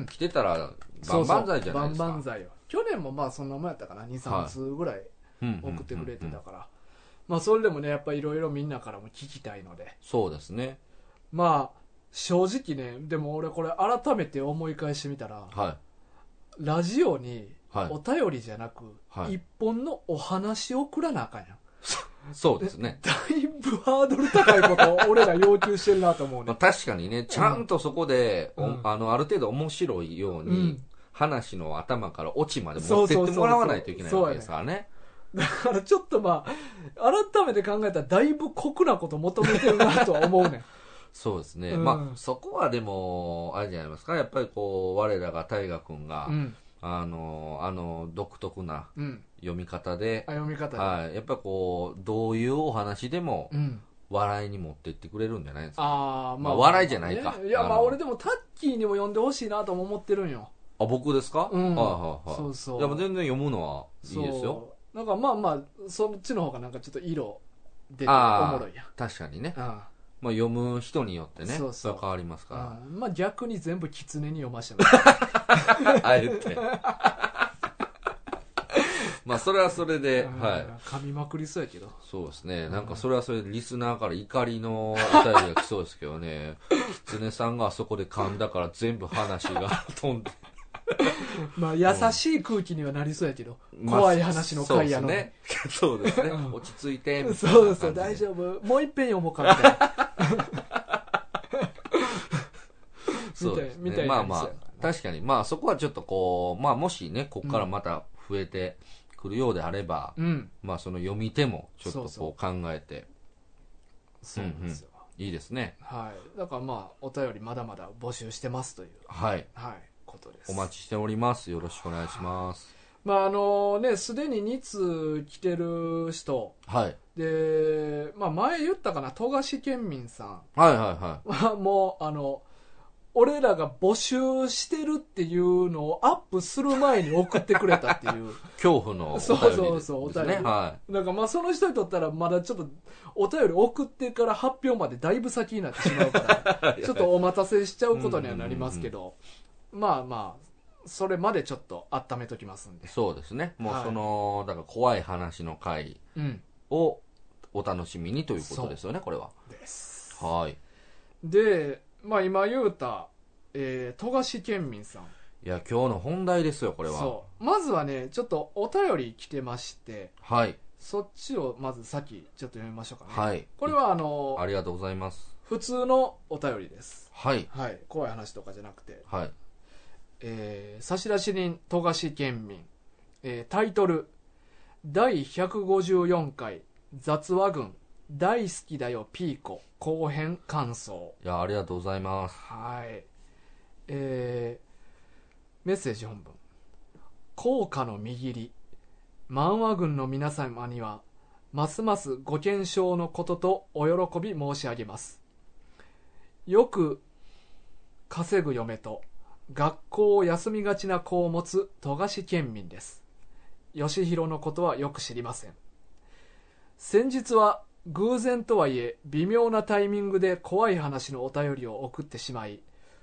A: ん
B: 通来てたら
A: そ
B: 万
A: うそう
B: 々歳じゃないです
A: 万々
B: か
A: 歳よ去年もまあそんなもんやったかな
B: は
A: 23
B: い
A: 通ぐらい
B: うんうんうんうん
A: 送ってくれてたから、まあそれでもねやっぱいろいろみんなからも聞きたいので
B: そうですね
A: まあ正直ねでも俺これ改めて思い返してみたら
B: は
A: ラジオに
B: いは
A: お便りじゃなく、
B: はい
A: 一本のお話を送らなあかんやん
B: いそうですね
A: だいぶハードル高いことを俺ら要求してるなと思う
B: まあ、
A: ね、
B: 確かにねちゃんとそこで、お
A: うん
B: あのある程度面白いように、
A: うん
B: 話の頭からオチまで持ってってもらわないといけないわけですからね
A: だからちょっとまあ改めて考えたらだいぶ酷なこと求めてるなとは思うねん
B: そうですね、
A: うん
B: まあそこはでもあれじゃないですかやっぱりこう我らが大河君が、
A: うん
B: あのあの独特な
A: うん
B: 読み方で、
A: あ読み方で、
B: はい、やっぱりこうどういうお話でも
A: うん
B: 笑いに持ってってくれるんじゃないですか
A: ああ、ま
B: まあ
A: あ。
B: 笑いじゃないか
A: ねいや、まあ
B: あの
A: 俺でもタッキーにも呼んでほしいなとも思ってるんよ。
B: あ僕ですか、
A: うん
B: はいはいはい
A: そうそう
B: でも全然読むのはい
A: そう
B: いですよ
A: なんかまあまあ、そっちの方がなんかちょっと色出てお
B: あー
A: もろいやん。
B: 確かにね、
A: うん
B: まあ、読む人によってね
A: そうそう
B: れは変わりますか
A: うんまあ逆に全部狐に読まして もらう
B: ら、 あえてまあそれはそれで、
A: うん
B: はい
A: 噛みまくりそうやけ ど
B: そうですね、なんかそれはそれでリスナーから怒りのお便りが来そうですけど ね狐さんがあそこで噛んだから全部話が飛んで
A: まあ優しい空気にはなりそうやけど、
B: まあ
A: 怖い話の回やの、
B: そうですねそうですね
A: うん
B: 落ち着いてみたいな
A: そうそう
B: 感じで
A: 大丈夫もう一遍読もうかみたいな
B: そうです
A: みたいみたい
B: ま
A: な感
B: あ
A: じや
B: まあ確かにまあそこはちょっとこうまあもしねここからまた増えてくるようであれば、
A: うん
B: まあその読み手もちょっと
A: そう
B: こう考えて
A: そうなんですよ、
B: いいですね
A: はいだからまあお便りまだまだ募集してますという
B: はい
A: はいことです
B: お待ちしておりますよろしくお願いします
A: まああのねすでに2通来てる人
B: はい
A: で、まあ、前言ったかな富樫県民さん
B: はいはいは
A: は もうあの俺らが募集してるっていうのをアップする前に送ってくれたっていう
B: い恐怖のお便りです、ね、
A: そうそうそうお便り
B: は
A: なんかまあその人にとったらまだちょっとお便り送ってから発表までだいぶ先になってしまうから ちょっとお待たせしちゃうことにはなりますけどまあまあそれまでちょっと温めときますん
B: い
A: で、
B: そうですねもう
A: はい
B: その、だから怖い話の回
A: うん、
B: をお楽しみにということですよねこれは
A: です
B: はい
A: で、まあ、今言うた、えー、富樫県民さん
B: いや今日の本題ですよこれは
A: そうまずはねちょっとお便り来てまして
B: はい
A: そっちをまずさっきちょっと読みましょうかね、
B: はい
A: これはあの
B: ありがとうございます
A: 普通のお便りです
B: はい
A: はい怖い話とかじゃなくて、
B: はい
A: えー、差出人富樫県民、えータイトル「第154回雑話群大好きだよピーコ」後編感想
B: いやありがとうございます
A: はいえーメッセージ本文効果の見切り漫画軍の皆様にはますますご健勝のこととお喜び申し上げますよく稼ぐ嫁と学校を休みがちな子を持つ富樫県民です義弘のことはよく知りません先日は偶然とはいえ微妙なタイミングで怖い話のお便りを送ってしまい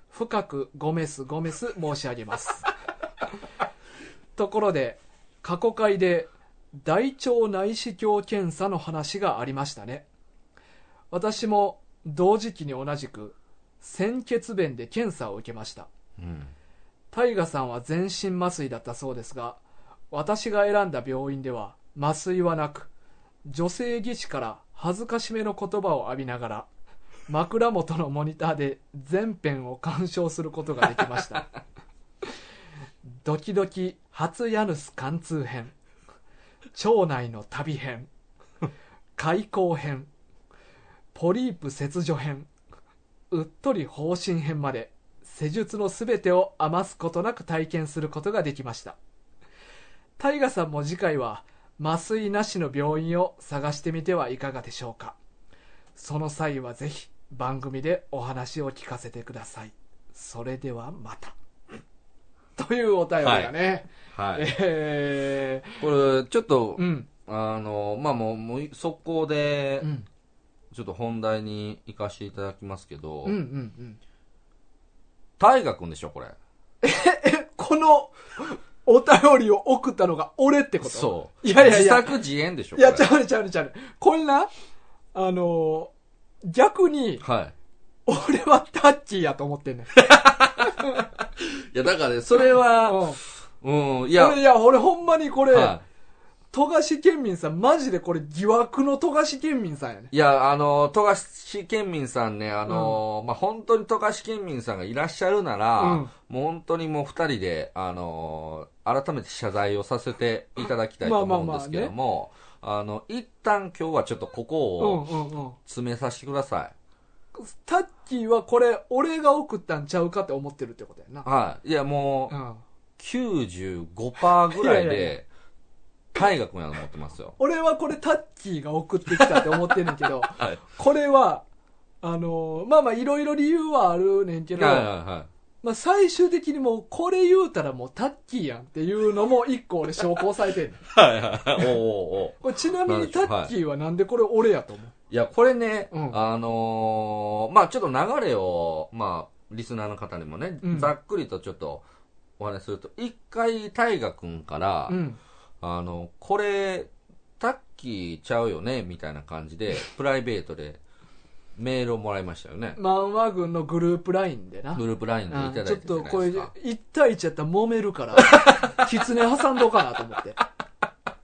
A: 深くごめすごめす申し上げますところで過去会で大腸内視鏡検査の話がありましたね私も同時期に同じく鮮血便で検査を受けました
B: うん
A: タイガさんは全身麻酔だったそうですが私が選んだ病院では麻酔はなく女性技師から恥ずかしめの言葉を浴びながら枕元のモニターで全編を鑑賞することができましたドキドキ初家主貫通編町内の旅編開口編ポリープ切除編うっとり方針編まで施術のすべてを余すことなく体験することができましたタイガさんも次回は麻酔なしの病院を探してみてはいかがでしょうかその際はぜひ番組でお話を聞かせてくださいそれではまたというお便りがね、
B: はい
A: え
B: これちょっと
A: ー、うん
B: あのまあもうもう速攻で
A: うん
B: ちょっと本題に行かせていただきますけど、
A: うんうんうん
B: 大河君でしょこれ
A: えこのお便りを送ったのが俺ってこと
B: そう
A: いやいやいや
B: 自作自演でしょ
A: いや、
B: こ
A: ち
B: れ
A: ゃうねちゃうねちゃうね。こんな、あのー逆に、
B: はい
A: 俺はタッチーやと思ってんねん。
B: いやだからねそれは
A: うん
B: うんい
A: いや、
B: や
A: 俺、いや、俺ほんまにこれ、
B: は
A: 富樫県民さん、マジでこれ疑惑の富樫県民さんやね。
B: い、いやあの富樫県民さんねあの、まあ本当に富樫県民さんがいらっしゃるなら、
A: うん
B: もう本当にもう二人であの改めて謝罪をさせていただきたいと思うんですけども、あの一旦今日はちょっとここ
A: う
B: を、
A: んうんうん。
B: 詰めさせてくださ
A: タッキーはこれ、俺が送ったんちゃうかって思ってるってことやな。
B: い。はい。いや、もう、
A: うん。
B: 95%ぐらい
A: いやいやい
B: で、大河君やと思ってますよ
A: 俺はこれタッキーが送ってきたって思ってんねん けど、
B: はい
A: これは、あのーまあまあいろいろ理由はあるねんけど、
B: はいはいはい
A: まあ最終的にもうこれ言うたらもうタッキーやんっていうのも一個俺証拠されて んねん
B: はいはいはいおうおうおう
A: これちなみにタッキーはなんでこれ俺やと思う、
B: いやこれね、
A: うん
B: あのーまあちょっと流れをまあリスナーの方にもね、
A: うん
B: ざっくりとちょっとお話しすると一回大河君から、
A: うん。
B: あのこれタッキーちゃうよねみたいな感 じでプライベートでメールをもらいましたよね
A: マンワ軍のグループラインでな。
B: グループラインでいただ
A: う
B: い
A: ん
B: て
A: ち
B: じ
A: ょ
B: ゃ
A: っ
B: ないですか
A: とこれ、1対1やったら揉めるから、 キツネ挟んどかなと思って。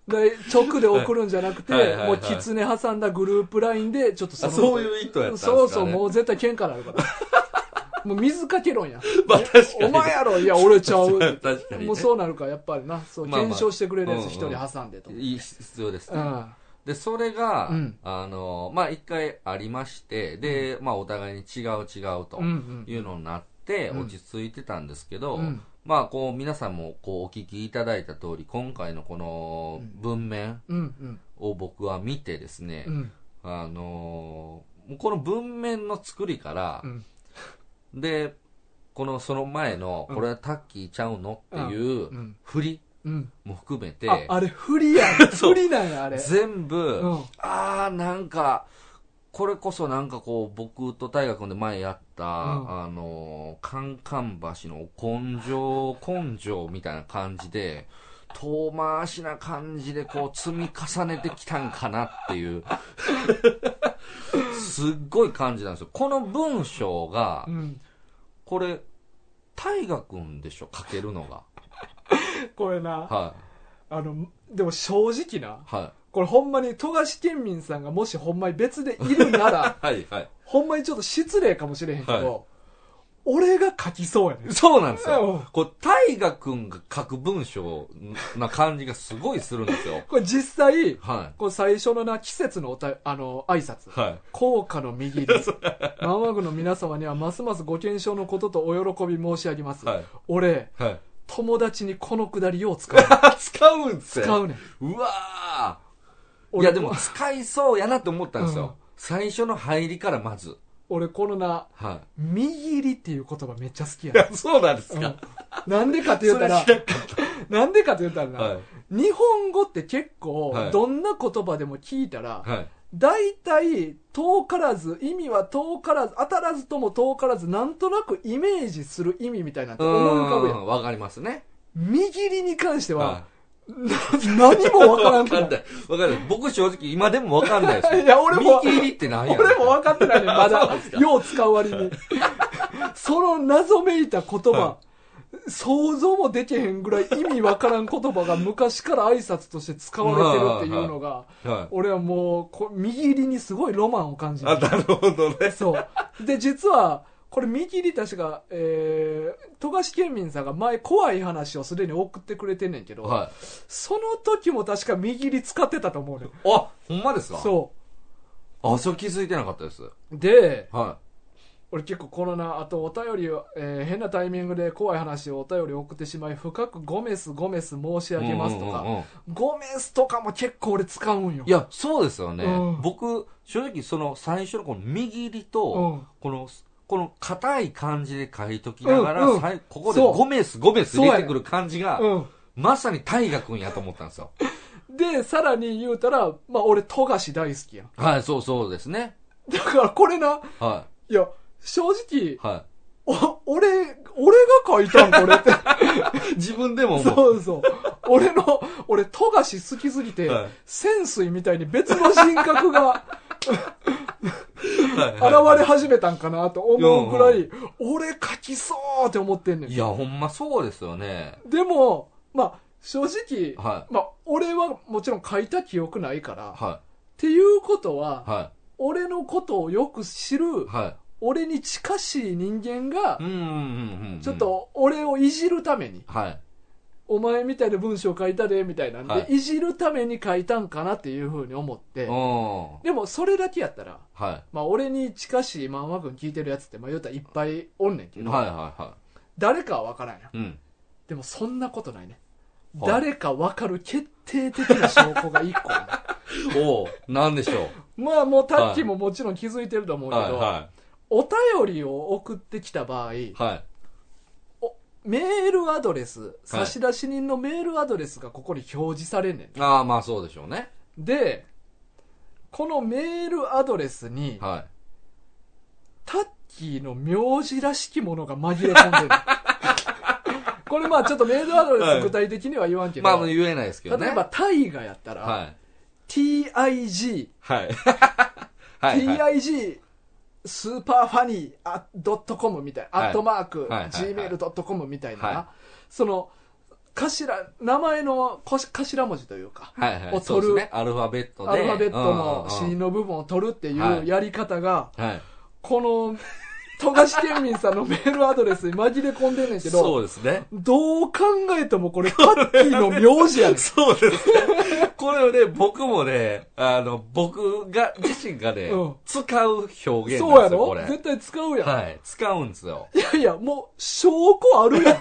A: で直で送るんじゃなくて、
B: はいはいはい
A: もうキツネ挟んだグループラインで、ちょっと
B: あ
A: の
B: そういう意図やったんですかね
A: そうそう、もう絶対喧嘩なるから。もう水かけろんや。
B: まあ確か
A: お
B: に
A: 前やろいや、俺ちゃう。
B: 確かにね
A: もうそうなるから、やっぱりな。そう、
B: まあまあ
A: 検証してくれるやつ一人
B: うんうん
A: 挟んでと。
B: いい必要です、
A: う
B: ね
A: ん。
B: でそれが、
A: うん
B: あのまあ一回ありましてで、まあお互いに違う違うと
A: うんうん。
B: いうのになって
A: うん
B: 落ち着いてたんですけど、
A: うん
B: まあこう皆さんもこうお聞きいただいた通り今回のこの文面
A: うんうん。
B: を僕は見てですね、
A: うん。
B: あのーもうこの文面の作りから
A: う、ん。
B: で、このその前の、
A: うん。
B: これはタッキーちゃうのっていううん振り
A: うん。
B: も含めて、
A: あ、あれ、不利やん。
B: そ
A: 不
B: う
A: 利なんや、あれ。
B: 全部、
A: うん
B: あーなんか、これこそなんかこう、僕と大学で前やった、
A: ん
B: あのー、カンカン橋の根性、根性みたいな感じで、遠回しな感じでこう積み重ねてきたんかなっていう、すっごい感じなんですよ。この文章が
A: う、ん。
B: これ、大河君でしょ、書けるのが。
A: これな、
B: は
A: あの、でも正直な、
B: い。は
A: これほんまに富樫県民さんがもしほんまに別でいるな ら、
B: い。はい、はい。
A: ほんまにちょっと失礼かもしれへんけど、
B: は
A: 俺が書きそうやねん。
B: そうなんです
A: うん
B: よ。こう、大河君が書く文章な感じがすごいするんで
A: 。
B: すよ
A: これ実際、
B: は
A: これ最初のな、季節のおた、あの、挨拶
B: い。。は
A: 効果の右に、 マンワグの皆様にはますますご健勝のこととお喜び申し上げます。
B: はい
A: 俺、
B: い。はい。
A: 友達にこのくだりよう使う。
B: 使うんす
A: 使
B: う。
A: うねん。
B: うわーい
A: 俺
B: や、でも、使いそうやなと思ったんです
A: うん
B: よ。最初の入りからまず。
A: 俺このな、
B: は
A: 右りっていう言葉めっちゃ好きやねん
B: い。そうなんです
A: うんなんでかって言ったら
B: それ知、
A: なんでかって言ったらな、
B: は
A: 日本語って結構
B: は、い
A: どんな言葉でも聞いたら、
B: い。はい。
A: 大体、遠からず、意味は遠からず、当たらずとも遠からず、なんとなくイメージする意味みたいなって思い浮かぶや。
B: うんんわかりますね。
A: 右利に関しては、
B: い。
A: な何もわからんく
B: わ
A: な。
B: かんないい。わかんない。僕正直今でもわかんないです よ。
A: いや俺も
B: 右入りって何やろ
A: 俺も分かってないねんま
B: そうな
A: だ
B: んです、か
A: よう使う割に。その謎めいた言葉、
B: は
A: 想像もできへんぐらい意味わからん言葉が昔から挨拶として使われてるっていうのが、
B: はい。
A: 俺はもうこ、右利にすごいロマンを感じる
B: あ、。なるほどね。
A: そう。で、実は、これ右利確か、えー、富樫県民さんが前怖い話をすでに送ってくれてんねんけど、
B: はい。
A: その時も確か右利使ってたと思うねん。
B: あ、ほんまですか
A: そ
B: あ、そう気づいてなかったです。
A: う。で、
B: は
A: 俺結構コロナあとお便りを、えー変なタイミングで怖い話をお便り送ってしまい深くゴメスゴメス申し
B: い。
A: 上げますとか、
B: うんうんうんうん
A: ゴメスとかも結構俺使うんよ
B: いや、そうですよね。
A: うん
B: 僕、正直その最初のこの右利と、
A: うん
B: この、この硬い感じで書いときながら、
A: うんうん
B: さいここで
A: そう
B: ゴメス、ゴメス
A: そう
B: 入
A: やね
B: れてくる感じが、
A: う
B: まさに大河君やと思ったんですよ。
A: ん、でさらに言うたらまあ俺富樫大好きやん
B: はい、そうそうですね。
A: だからこれな
B: はい
A: や正直
B: い。は
A: お俺俺が書いたんこれって
B: い。自分でも思う。
A: そうそう俺の俺富樫好きすぎて、
B: はい
A: 潜水みたいに別の人格 が
B: はい
A: 現
B: はい
A: れ始めたんかなと思うぐらい、俺書きそうって思ってんねん
B: い。や、ほんまそうですよね。
A: でも、まあ、正直、
B: は
A: まあ、俺はもちろん書いた記憶ないから、
B: い。
A: っ
B: は
A: ていうことは、
B: い。は
A: 俺のことをよく知る、
B: い。は
A: 俺に近しい人間が
B: い。う、んうんうんうん。
A: ちょっ。と俺をいじるために、
B: はい。
A: お前みたいな文章書いたで、みたいなんで、、
B: はい
A: じるために書いたんかなっていうふうに思って、
B: うん。は
A: でもそれだけやったら、
B: い。は
A: まあ、俺に近しい漫画軍聞いてるやつって、まあ、言うたらいっぱいおんねんけ
B: いはい
A: ど、
B: は
A: 誰かは分からんやん
B: い。うん。
A: でもそんなことないね。
B: はい
A: 誰か分かる決定的な証拠が1個
B: おうなんでしょ
A: まあもうタッキーももちろん気づいてると思
B: う
A: うけど、
B: はいは
A: お便りを送ってきた場合
B: いはい
A: メールアドレス差出人のメールアドレスがここに表示されんねん、
B: ああまあそうでしょうね
A: でこのメールアドレスに
B: は
A: タッキーの名字らしきものが紛れ込んで るこれまあちょっとメールアドレス具体的には言わん
B: い
A: けど、
B: まあ言えないですけどね
A: 例えばタイガやったら、
B: はい
A: TIG
B: はいはいはい
A: TIG スーパーファニーあドットコムみたいな、
B: はい
A: アットマーク、
B: はいはいはい
A: gmail.com みたいな、
B: は
A: その頭名前のこし頭文字というか
B: はいはい
A: を取る
B: そうですねアルファベットで
A: アルファベットの
B: うんうん
A: C の部分を取るってい
B: は
A: う
B: い
A: やり方が、
B: うんはい
A: この富樫県民さんのメールアドレスに紛れ込んでんねんけ
B: そ
A: ど
B: うですね
A: どう考えてもこれタッキーの名字やねん
B: そう ですね。 これをね、僕もね、あの、僕が、自身がね、
A: うん
B: 使う表現なんですよ、
A: そうや
B: こ
A: ろ
B: れ。
A: 絶対使うやん、
B: はい。使うんですよ。
A: い、やいやもう証拠あるやん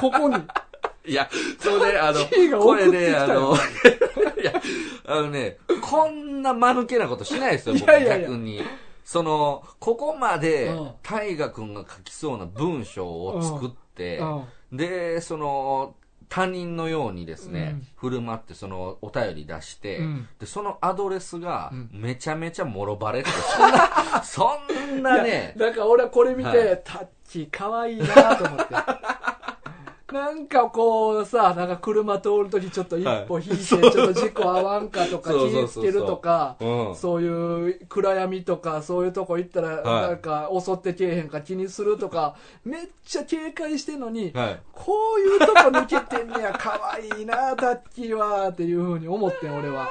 A: ここに
B: いや、それ ね、あ
A: タッキー
B: の、
A: が
B: こ
A: 送って
B: れ
A: きたよ
B: ね、あの、 いや、あのね、こんな間抜けなことしないですよ、僕
A: いやいやいや
B: 逆に。その、ここまで
A: うん、
B: 大河君が書きそうな文章を作って、
A: うん
B: で、その、他人のようにですね、
A: うん
B: 振る舞って、その、お便り出して、
A: うん
B: で、そのアドレスが
A: うん、
B: めちゃめちゃもろバレって、そんな、 そんない
A: や
B: ね、
A: だから俺はこれ見て、
B: は
A: タッチ可愛いなと思って。なんかこうさ、なんか車通るときちょっと一歩引いて、ちょっと事故合わんかとか、
B: そう
A: 気ぃつけるとか、
B: うん。
A: そういう暗闇とか、そういうとこ行ったら、
B: はい
A: なんか襲ってけえへんか気にするとか、めっちゃ警戒してんのに、
B: はい。
A: こういうとこ抜けてんねや、可愛いなタッキーは、っていうふうに思ってん、俺は。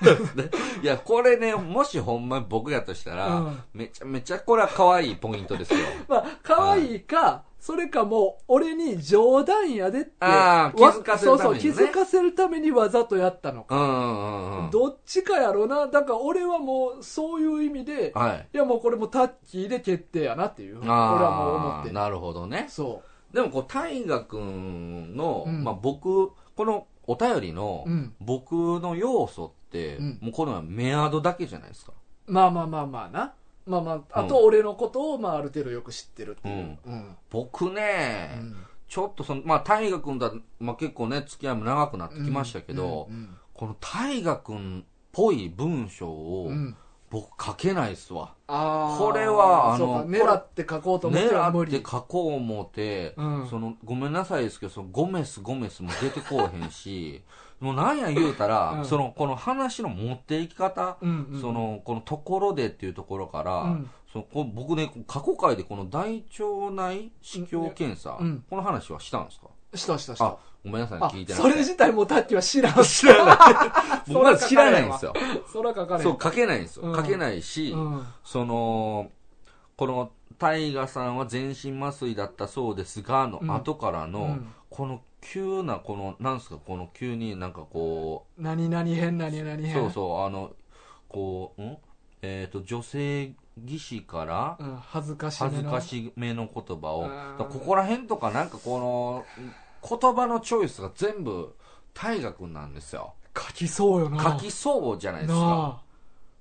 B: いや、これね、もしほんまに僕やとしたら、
A: うん
B: めちゃめちゃこれは可愛いポイントですよ。
A: まあ、可愛いか、それかもう、俺に冗談やでって、
B: あー
A: わ
B: 気づかせるためにね
A: そうそう、気づかせるためにわざとやったのか。
B: うんうんうん。
A: どっちかやろな。だから俺はもう、そういう意味で、
B: はい。
A: いやもうこれもタッキーで決定やなっていう。
B: あ
A: 俺はもう思っ
B: ー
A: てる。
B: なるほどね。
A: そ
B: でもこう、大河君の、
A: うん
B: まあ僕、このお便りの
A: う。う、ん。
B: 僕の要素って、
A: うん
B: もうこのメアドだけじゃないですか。
A: まあまあまあまあな。まあまあ、あと俺のことを、まあある程度よく知ってるっていう。うん。
B: 僕ね、
A: うん
B: ちょっとその、まあ、大河君とは、まあ、結構ね、付き合いも長くなってきましたけど、
A: うんうん
B: この大河君っぽい文章を、
A: うんうん
B: 僕書けないっすわ。
A: あー
B: これはあの
A: そうか狙って書こうと思っ
B: ね
A: ては
B: あ
A: 無
B: っ
A: 理
B: て。書こう思って、
A: うん
B: その、ごめんなさいですけど、その、ゴメス、ゴメスも出てこうへんし、 もうなんや言うたら、
A: うん
B: その、この話の持っていき方、
A: うんうん
B: その、このところでっていうところから、
A: うん
B: そのこう僕ね、過去回でこの大腸内視鏡検査、
A: うんうん
B: この話はしたんですか
A: したしたした
B: あ。、ごめんなさい、
A: あ
B: 聞いてない。
A: それ自体もうタッキーは 知らん。
B: 知らない。 僕は知らないんですよ。
A: そら書かれへん
B: そう、書けないんですよ。
A: うん
B: 書けないし、
A: うん。
B: その、この、タイガさんは全身麻酔だったそうですが、の
A: うん
B: 後から
A: う
B: の、
A: ん
B: この急な、この、なんすか、この急になんかこ
A: 何々変何々
B: う、
A: 変。
B: そうそう、あの、こう、んえっ、と、女性技師から、
A: うん。恥ずかし
B: 恥
A: め
B: ず
A: の。
B: かしめの言葉を、
A: うん
B: だからここら辺とかなんかこの、言葉のチョイスが全部、大河君なんですよ。
A: 書きそうよな。
B: 書きそうじゃないですか。
A: な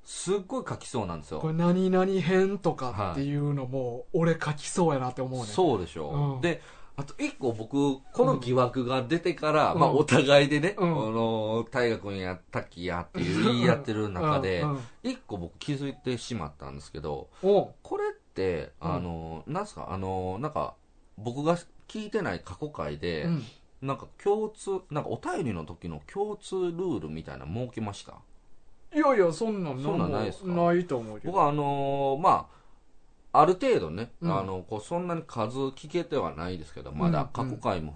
B: すっごい書きそうなんです
A: あ。
B: よ
A: こ。れ何々変とかっていうのも、俺書きそうやなって思うね。
B: そうでしょ、
A: うん
B: であと一個僕この疑惑が出てから、
A: うん
B: まあ、お互いでね、
A: うん
B: あの大河君やタッキーやっていう言い合ってる中で
A: うんうん
B: 一個僕気づいてしまったんですけど
A: おう
B: これって
A: うん
B: あの、なんすかあのなんか僕が聞いてない過去回で、
A: うん。
B: なんか共通なんかお便りの時の共通ルールみたいなの設けました
A: いやいや、そんなん
B: そんなんないっすか
A: ないと思うけ
B: 僕
A: ど。
B: はあのーまあある程度ね、
A: うん
B: あのこうそんなに数聞けてはないですけどまだ
A: うん
B: 過
A: うん
B: 去回も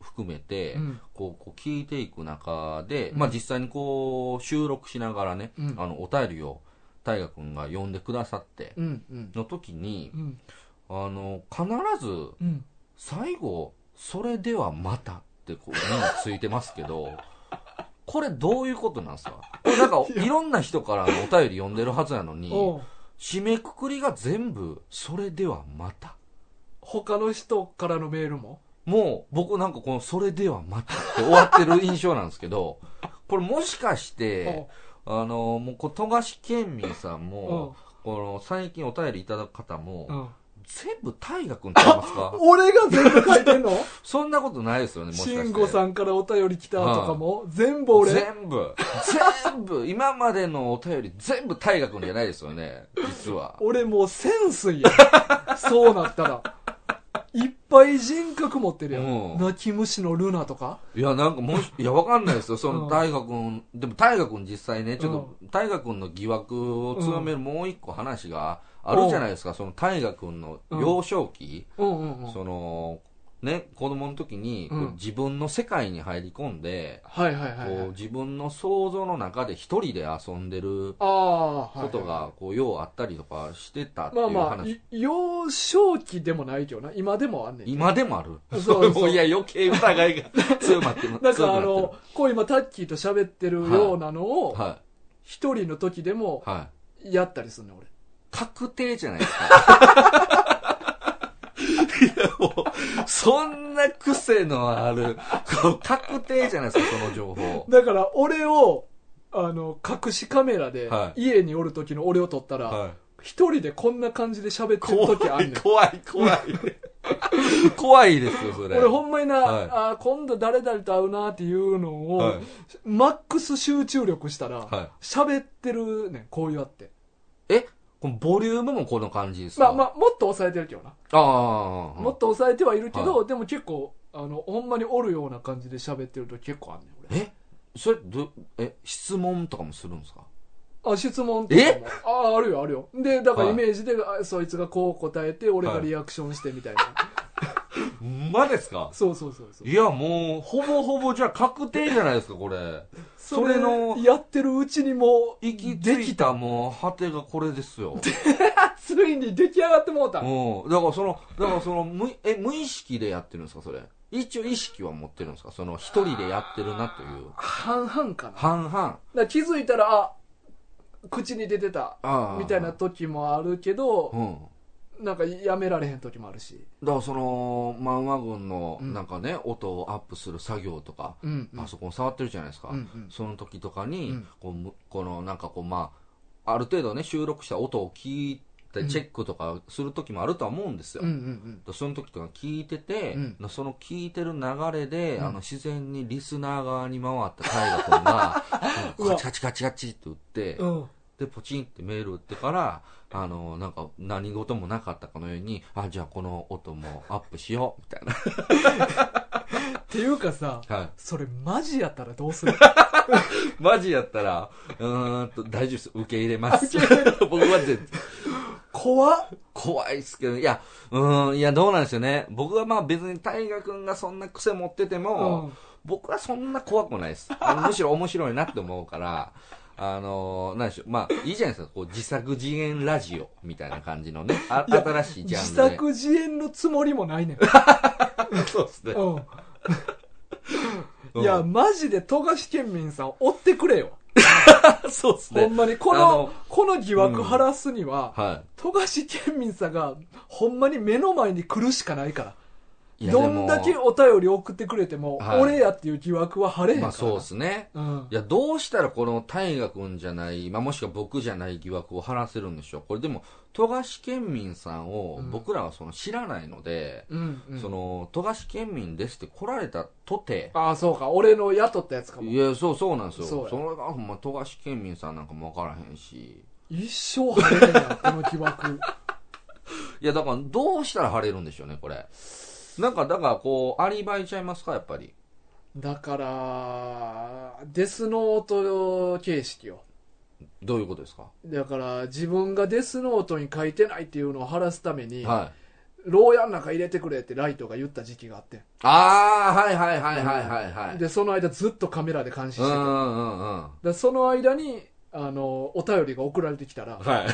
B: 含めて、
A: うん
B: こうこう聞いていく中で、
A: うん
B: まあ、実際にこう収録しながらね、
A: うん
B: あのお便りを大河君が呼んでくださって
A: うんうん。
B: の時に
A: うん。
B: あの必ず
A: うん。
B: 最後「それではまた」ってこう目についてますけ どこれどういうことなんですかこれなんかいろんな人からのお便り読んでるはずやのに。
A: おう
B: 締めくくりが全部「それではまた
A: 他の人からのメールも」
B: もう僕なんかこの「それではまた」って終わってる印象なんですけ どこれもしかしてあのもうこう富樫県民さんもこの最近お便りいただく方も、
A: うん
B: 全部大河君って言います か
A: 俺が全部書いて んの
B: そんなことないですよねもしかして
A: 慎吾さんからお便り来たとか も、全部俺
B: 全部全部今までのお便り全部大河君じゃないですよね実 は
A: 俺もう潜水やん そうなったらいっぱい人格持ってるやん、
B: うん
A: 泣き虫のルナとか
B: いやなんかも しいやわかんないですよそ
A: うん
B: の大河君でも大河君実際ねちょっと
A: う
B: 大河君の疑惑を強めるもう一個話があるじゃないですかその大河君の幼少期
A: うんうんうん
B: そのね子供の時にこ
A: う
B: うん自分の世界に入り込んで
A: はいはいはいは
B: こう
A: い
B: 自分の想像の中で一人で遊んでる
A: ああはいはい
B: ことがこうようあったりとかしてたってい
A: まあ
B: う
A: まあ
B: 話
A: い幼少期でもないけどな今でもあんねんけど
B: 今でもある
A: そうそう
B: も いや余計疑いが強まってる
A: なん
B: 強く
A: かあ
B: なってる
A: のこう今タッキーと喋ってるようなのを
B: は
A: 一人の時でも
B: いはい
A: やったりするね俺
B: 確定じゃないですか。いやもう、そんな癖のある、こう確定じゃないですか、その情報。
A: だから俺をあの隠しカメラで
B: は
A: 家におる時の俺を撮ったら一人でこんな感じで喋ってる時あんねん
B: 怖い、怖い。怖い ですよ、それ。
A: 俺ほんまにな、
B: はい
A: あー今度誰々と会うなっていうのを、
B: はい
A: マックス集中力したら
B: は
A: 喋、ってるねんこうやって
B: えこのボリュームもこの感じです
A: ま
B: か
A: あまあもっと抑えてるけどな、
B: ああー。
A: もっと抑えてはいるけど、でも結構あのほんまにおるような感じで喋ってると結構あんねん俺
B: えそれ、ど、え、質問とかもするんですか
A: あ質問とかも
B: え
A: あーあるよあるよでだから
B: は
A: イ
B: い
A: メージで、あそいつがこう答えて俺がリアクションしてみたい な、
B: まですか
A: そうそうそうそう
B: いや、もう、ほぼほぼじゃあ確定じゃないですか、これ。それの
A: やってるうちにもう
B: 行き
A: で
B: 着
A: き
B: い
A: た
B: たもう、果てがこれですよ。
A: ついに出来上がってもうた、
B: うん。だからその、だからその、無、え、無意識でやってるんですか、それ。一応意識は持ってるんですかその、一人でやってるなという。
A: 半々かな
B: 半々。
A: だから気づいたらあ口に出てた
B: ああ。
A: みたいな。時もあるけど
B: うん。
A: なんかやめられへん時もあるし
B: だからその、漫画軍の、
A: うん
B: なんかね、音をアップする作業とか、
A: うんうん
B: パソコン触ってるじゃないですか。
A: うんうん
B: その時とかに、
A: うん
B: こうむ、この、なんかこう、まあ、ある程度ね、収録した音を聞いて、チェックとかする時もあるとは思うんですよ。
A: うんうん
B: その時とか聞いてて、
A: う
B: その聞いてる流れで、
A: うん
B: あの自然にリスナー側に回った大河 君が、
A: うわ
B: カチカチカチカチって打って、
A: うんうん
B: で、ポチンってメール打ってから、あの、なんか何事もなかったかのように、あ、じゃあこの音もアップしよう、みたい
A: っていうかさ
B: な。はい。
A: それマジやったらどうす る
B: マジやったら、うーんと、大丈夫です。受け入れます。 僕は全然
A: 怖っ
B: 怖いっすけど、いや、うーん、いや、どうなんですよね。僕はまあ別に大河君がそんな癖持ってても、
A: うん
B: 僕はそんな怖くないです。あのむしろ面白いなって思うから、あのー、なんでしょう。まあ、いいじゃないですか。こう、自作自演ラジオみたいな感じのね、あ
A: いや
B: 新しい
A: 自
B: ジャンルで。
A: 作自演のつもりもないねん、
B: そうですね。
A: うん、
B: うん
A: いやマジで富樫県民さん追ってくれよ
B: そうです
A: ほ
B: ね
A: ん。まにこ
B: あ
A: の
B: の
A: この疑惑晴らすには、
B: は
A: 富樫県民さんがほんまに目の前に来るしかないから
B: い。いや
A: どんだけ
B: でも
A: お便り送ってくれても、
B: はい
A: 俺やっていう疑惑は晴れへんか
B: ま
A: ら
B: あそうですね。
A: うん
B: いや、どうしたらこの大河君じゃない、まあもしくは僕じゃない疑惑を晴らせるんでしょう。これでも、富樫県民さんを
A: うん
B: 僕らはその知らないので、
A: うんうん
B: その、富樫県民ですって来られたとて、
A: ああそうか俺の雇ったやつか
B: い
A: も
B: やそうそうなんですよ
A: そう
B: そ
A: や
B: れがほんま富樫県民さんなんかも分からへんし
A: 一生晴れへんやんこの疑惑
B: いやだからどうしたら晴れるんでしょうねこれなんかだからこうアリバイちゃいますかやっぱり
A: だからデスノート形式よ
B: どういうことですか
A: だから自分がデスノートに書いてないっていうのを晴らすために、
B: はい
A: 牢屋の中入れてくれってライトが言った時期があって、
B: ああはいはいはいはいはいはい
A: でその間ずっとカメラで監視して
B: うん
A: て、
B: う
A: だか
B: んうん
A: らその間にあのお便りが送られてきたら
B: は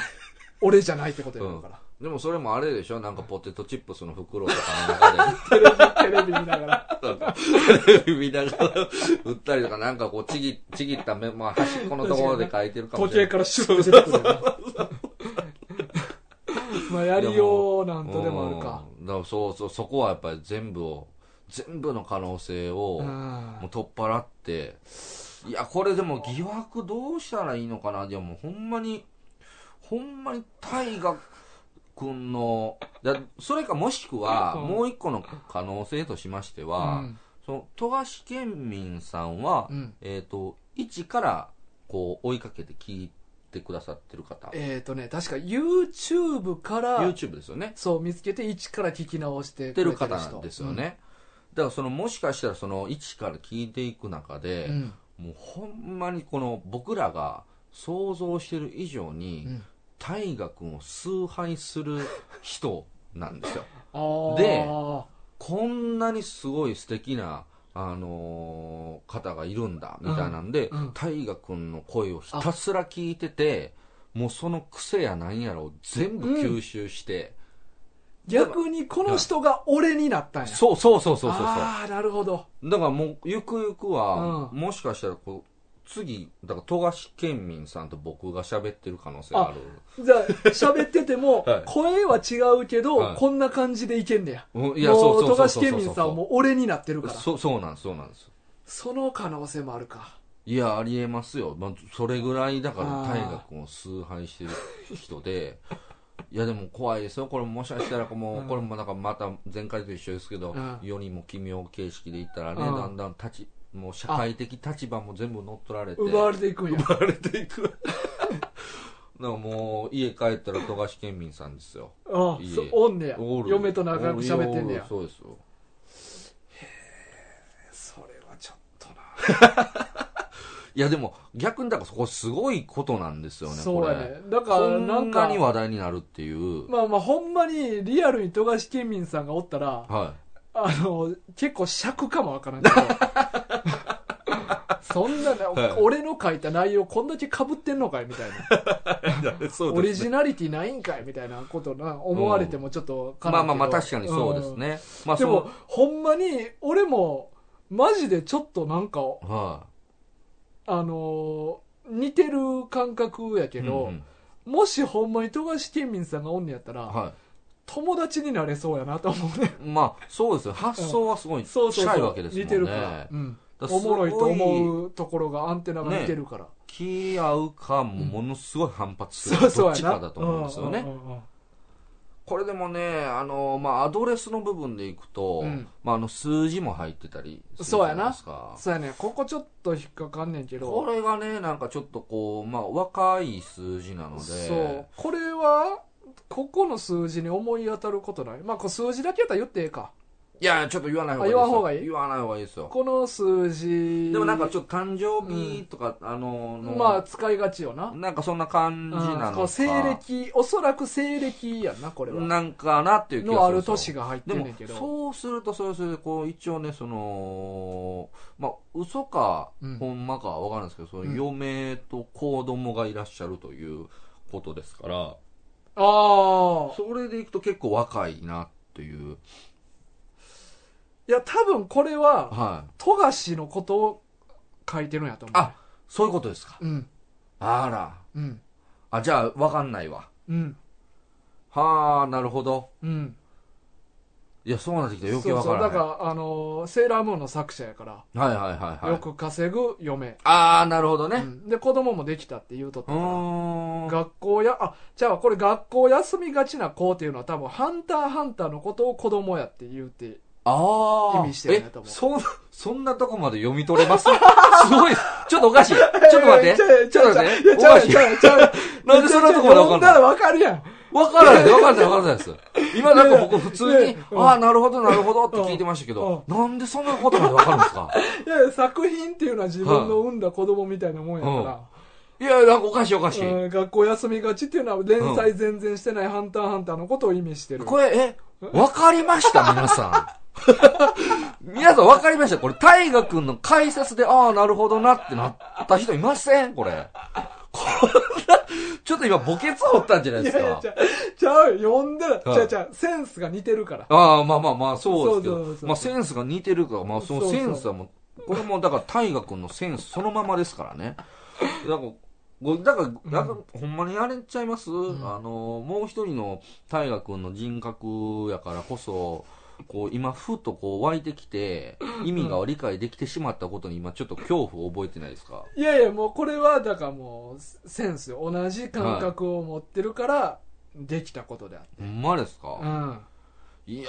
A: 俺じゃないってことになるから、
B: いでもそれもあれでしょなんかポテトチップスの袋とかの中で
A: テレビテレビ見ながら
B: テレ ビ見ながら売ったりとかなんかこうちぎちぎった目、まあ、端っこのところで書いて るかも
A: 時
B: しれ
A: 計から
B: ない
A: シュッと出てくるよな まあやりようなんとでもあるか
B: うんだからそうそうそこはやっぱり全部を全部の可能性を
A: うん
B: もう取っ払っていやこれでも疑惑どうしたらいいのかなでもほんまにほんまに大河君のだそれかもしくは
A: うん
B: もう一個の可能性としましては、
A: うん
B: その富樫県民さんは、
A: うん
B: えっ、と一からこう追いかけて聞いてくださってる方
A: えっ、とね確か YouTube から
B: YouTube ですよね
A: そう見つけて一から聞き直して
B: やっ
A: く
B: て
A: れ
B: る
A: 人
B: 方なんですよね、だからそのもしかしたらその一から聞いていく中で
A: う、ん
B: もうほんまにこの僕らが想像してる以上に
A: うん
B: 大河君を崇拝する人なん ですよ
A: あー
B: でこんなにすごい素敵なあのー方がいるんだみたいなんで
A: うんうん
B: 大河、君の声をひたすら聞いててもうその癖やなんやらを全部吸収して、
A: 逆にこの人が俺になったんや
B: そうそうそうそうそうそう
A: ああなるほど
B: だからもうゆくゆくは、
A: うん
B: もしかしたらこう次だから富樫県民さんと僕が喋ってる可能性がある
A: じゃあ喋ってても、
B: はい
A: 声は違うけど、
B: はい
A: こんな感じでいけんねや
B: うんい
A: もう富樫県民さんはもう俺になってるからそ
B: そうそうなんですそうなんです
A: の可能性もあるか
B: いやありえますよ、まあ、それぐらいだから
A: あー
B: 大河君を崇拝してる人で いやでも怖いですよこれもしかしたらこうもう、
A: うん
B: これもなんかまた前回と一緒ですけど、
A: うん
B: 世にも奇妙形式でいったらね、
A: うん
B: だんだん立ちもう社会的立場も全部乗っ取られて
A: 奪われていくんや
B: 奪われていくだからもう家帰ったら富樫県民さんですよ
A: あ
B: いい
A: そおんねや
B: おる
A: 嫁と仲良く喋ってんねや
B: おるそうですよ
A: それはちょっと
B: いやでも逆にだからそこすごいことなんですよ
A: な
B: ね
A: そうやねだ
B: これ
A: か
B: こ
A: ら
B: ん
A: なん
B: な
A: か
B: に話題になるっていう、
A: まあまあほんまにリアルに富樫県民さんがおったら
B: は
A: あの結構尺かもわからんけど そんなな、
B: はい
A: 俺の書いた内容こんだけかぶってんのかいみたいない
B: そ
A: オリジナリティないんかいみたいなことな思われてもちょっとか
B: ま
A: な
B: あまあまあ
A: けど
B: 確かにそうです、ね、
A: う
B: まあ
A: んで
B: そ
A: も
B: の
A: ほんまに俺もマジでちょっとなんか
B: は
A: あのー似てる感覚や
B: い
A: けど、
B: うんうん
A: もしほんまに富樫県民さんがおんねやったら、
B: は
A: 友達になれそうやなと思う ね
B: い、まあそうですよ発想はすごい
A: そうそう
B: 近い
A: そ
B: わ
A: う
B: けですもんね
A: 似てるから,、うん、
B: だから
A: お
B: す
A: も
B: ご
A: ろいと思うところがアンテナが似てるから、
B: 気合うかもものすごい反発する、
A: そうそう
B: ど
A: や
B: っち
A: な
B: かだと思うんですよね、
A: うんうんうんうん
B: これでもね、あのまあ、アドレスの部分でいくと、
A: うん
B: まあ、あの数字も入ってたりするじ
A: そうや
B: ゃ
A: な
B: ないですか。
A: そうやねここちょっと引っかかんねんけど
B: これがね、なんかちょっとこう、まあ、若い数字なので、
A: そうこれはここの数字に思い当たることないまあこれ数字だけやったら言ってええか
B: いや、ちょっと言わない方がいいです
A: あ言わ
B: よ。
A: ん方がいい
B: 言わない方がいいですよ。
A: この数字
B: でもなんかちょっと誕生日とか、あのの
A: まあ使いがちよな
B: なんかそんな感じな
A: うん
B: の
A: こ
B: か。
A: う西暦おそらく西暦やんなこれは
B: なんかなっていう気がする
A: のある
B: んですよ
A: 年が入って
B: で
A: ん
B: も
A: ねんけど
B: そうするとそうするとこう一応ねそのまあ嘘か
A: うん
B: ほんまかは分からないですけど、そ
A: うん
B: の嫁と子供がいらっしゃるということですから、
A: ああ
B: それでいくと結構若いなっていう
A: いや多分これは
B: はい
A: 富樫のことを書いてるんやと思う
B: あそういうことですか
A: うん
B: あら
A: うん
B: あじゃあ分かんないわ
A: うん
B: はあなるほど
A: うん
B: いやそうなってきたら
A: そう
B: 余計分
A: そ
B: か
A: う
B: らな
A: だ
B: い
A: からあのーセーラームーンの作者やから
B: はいはいはいは
A: よ
B: い
A: く稼ぐ嫁
B: ああなるほど
A: う
B: ね
A: んで子供もできたって言うとった
B: う
A: から
B: ーん
A: 学校やあじゃあこれ学校休みがちな子っていうのは多分ハンターハンターのことを子供やって言うて
B: ああ。
A: 意味してるんやと思う
B: えそん、そんなとこまで読み取れます すごい。ちょっとおかしい。ちょっと待って。
A: ちょっと待ってちょっと待ってちょっと待って
B: なんでそんなとこまでわかんない
A: わかるやん
B: わからない、わからない、わからないです。今なんか僕普通
A: いや
B: に
A: いや、うん
B: ああ、なるほど、なるほどって聞いてましたけど、なんでそんなことまでわかるんですか
A: いやいや作品っていうのは自分の産んだ子供みたいなもんやか、
B: いや、なんかおかしい、おからし
A: う
B: い。
A: ん学校休みがちっていうのは連載全然してないハンターハンターのことを意味してる
B: これ、え、わかりました、皆さん。 皆さんわかりましたこれ、大河君の解説で、ああ、なるほどなってなった人いませんこれ。こんな、ちょっと今、墓穴掘ったんじゃない
A: い
B: です
A: や
B: か。
A: いやちゃうちゃう読んだら
B: うん
A: ちゃうちゃうセンスが似てるから
B: ああ、まあまあまあ、そうですけ
A: そうそうそう
B: ど、まあセンスが似てるから、まあそ
A: そ
B: の
A: うそう
B: センスはもう、これもだから大河君のセンスそのままですからね。だから、ごだから、だからほんまにやれちゃいます、あの、もう一人の大河君の人格やからこそ、こう今ふとこう湧いてきて意味が理解できてしまったことに今ちょっと恐怖を覚えてないですか
A: いやいやもうこれはだからもうセンスよ同じ感覚を持ってるからできたことであって、
B: ほんまです
A: う
B: か、
A: ん
B: いや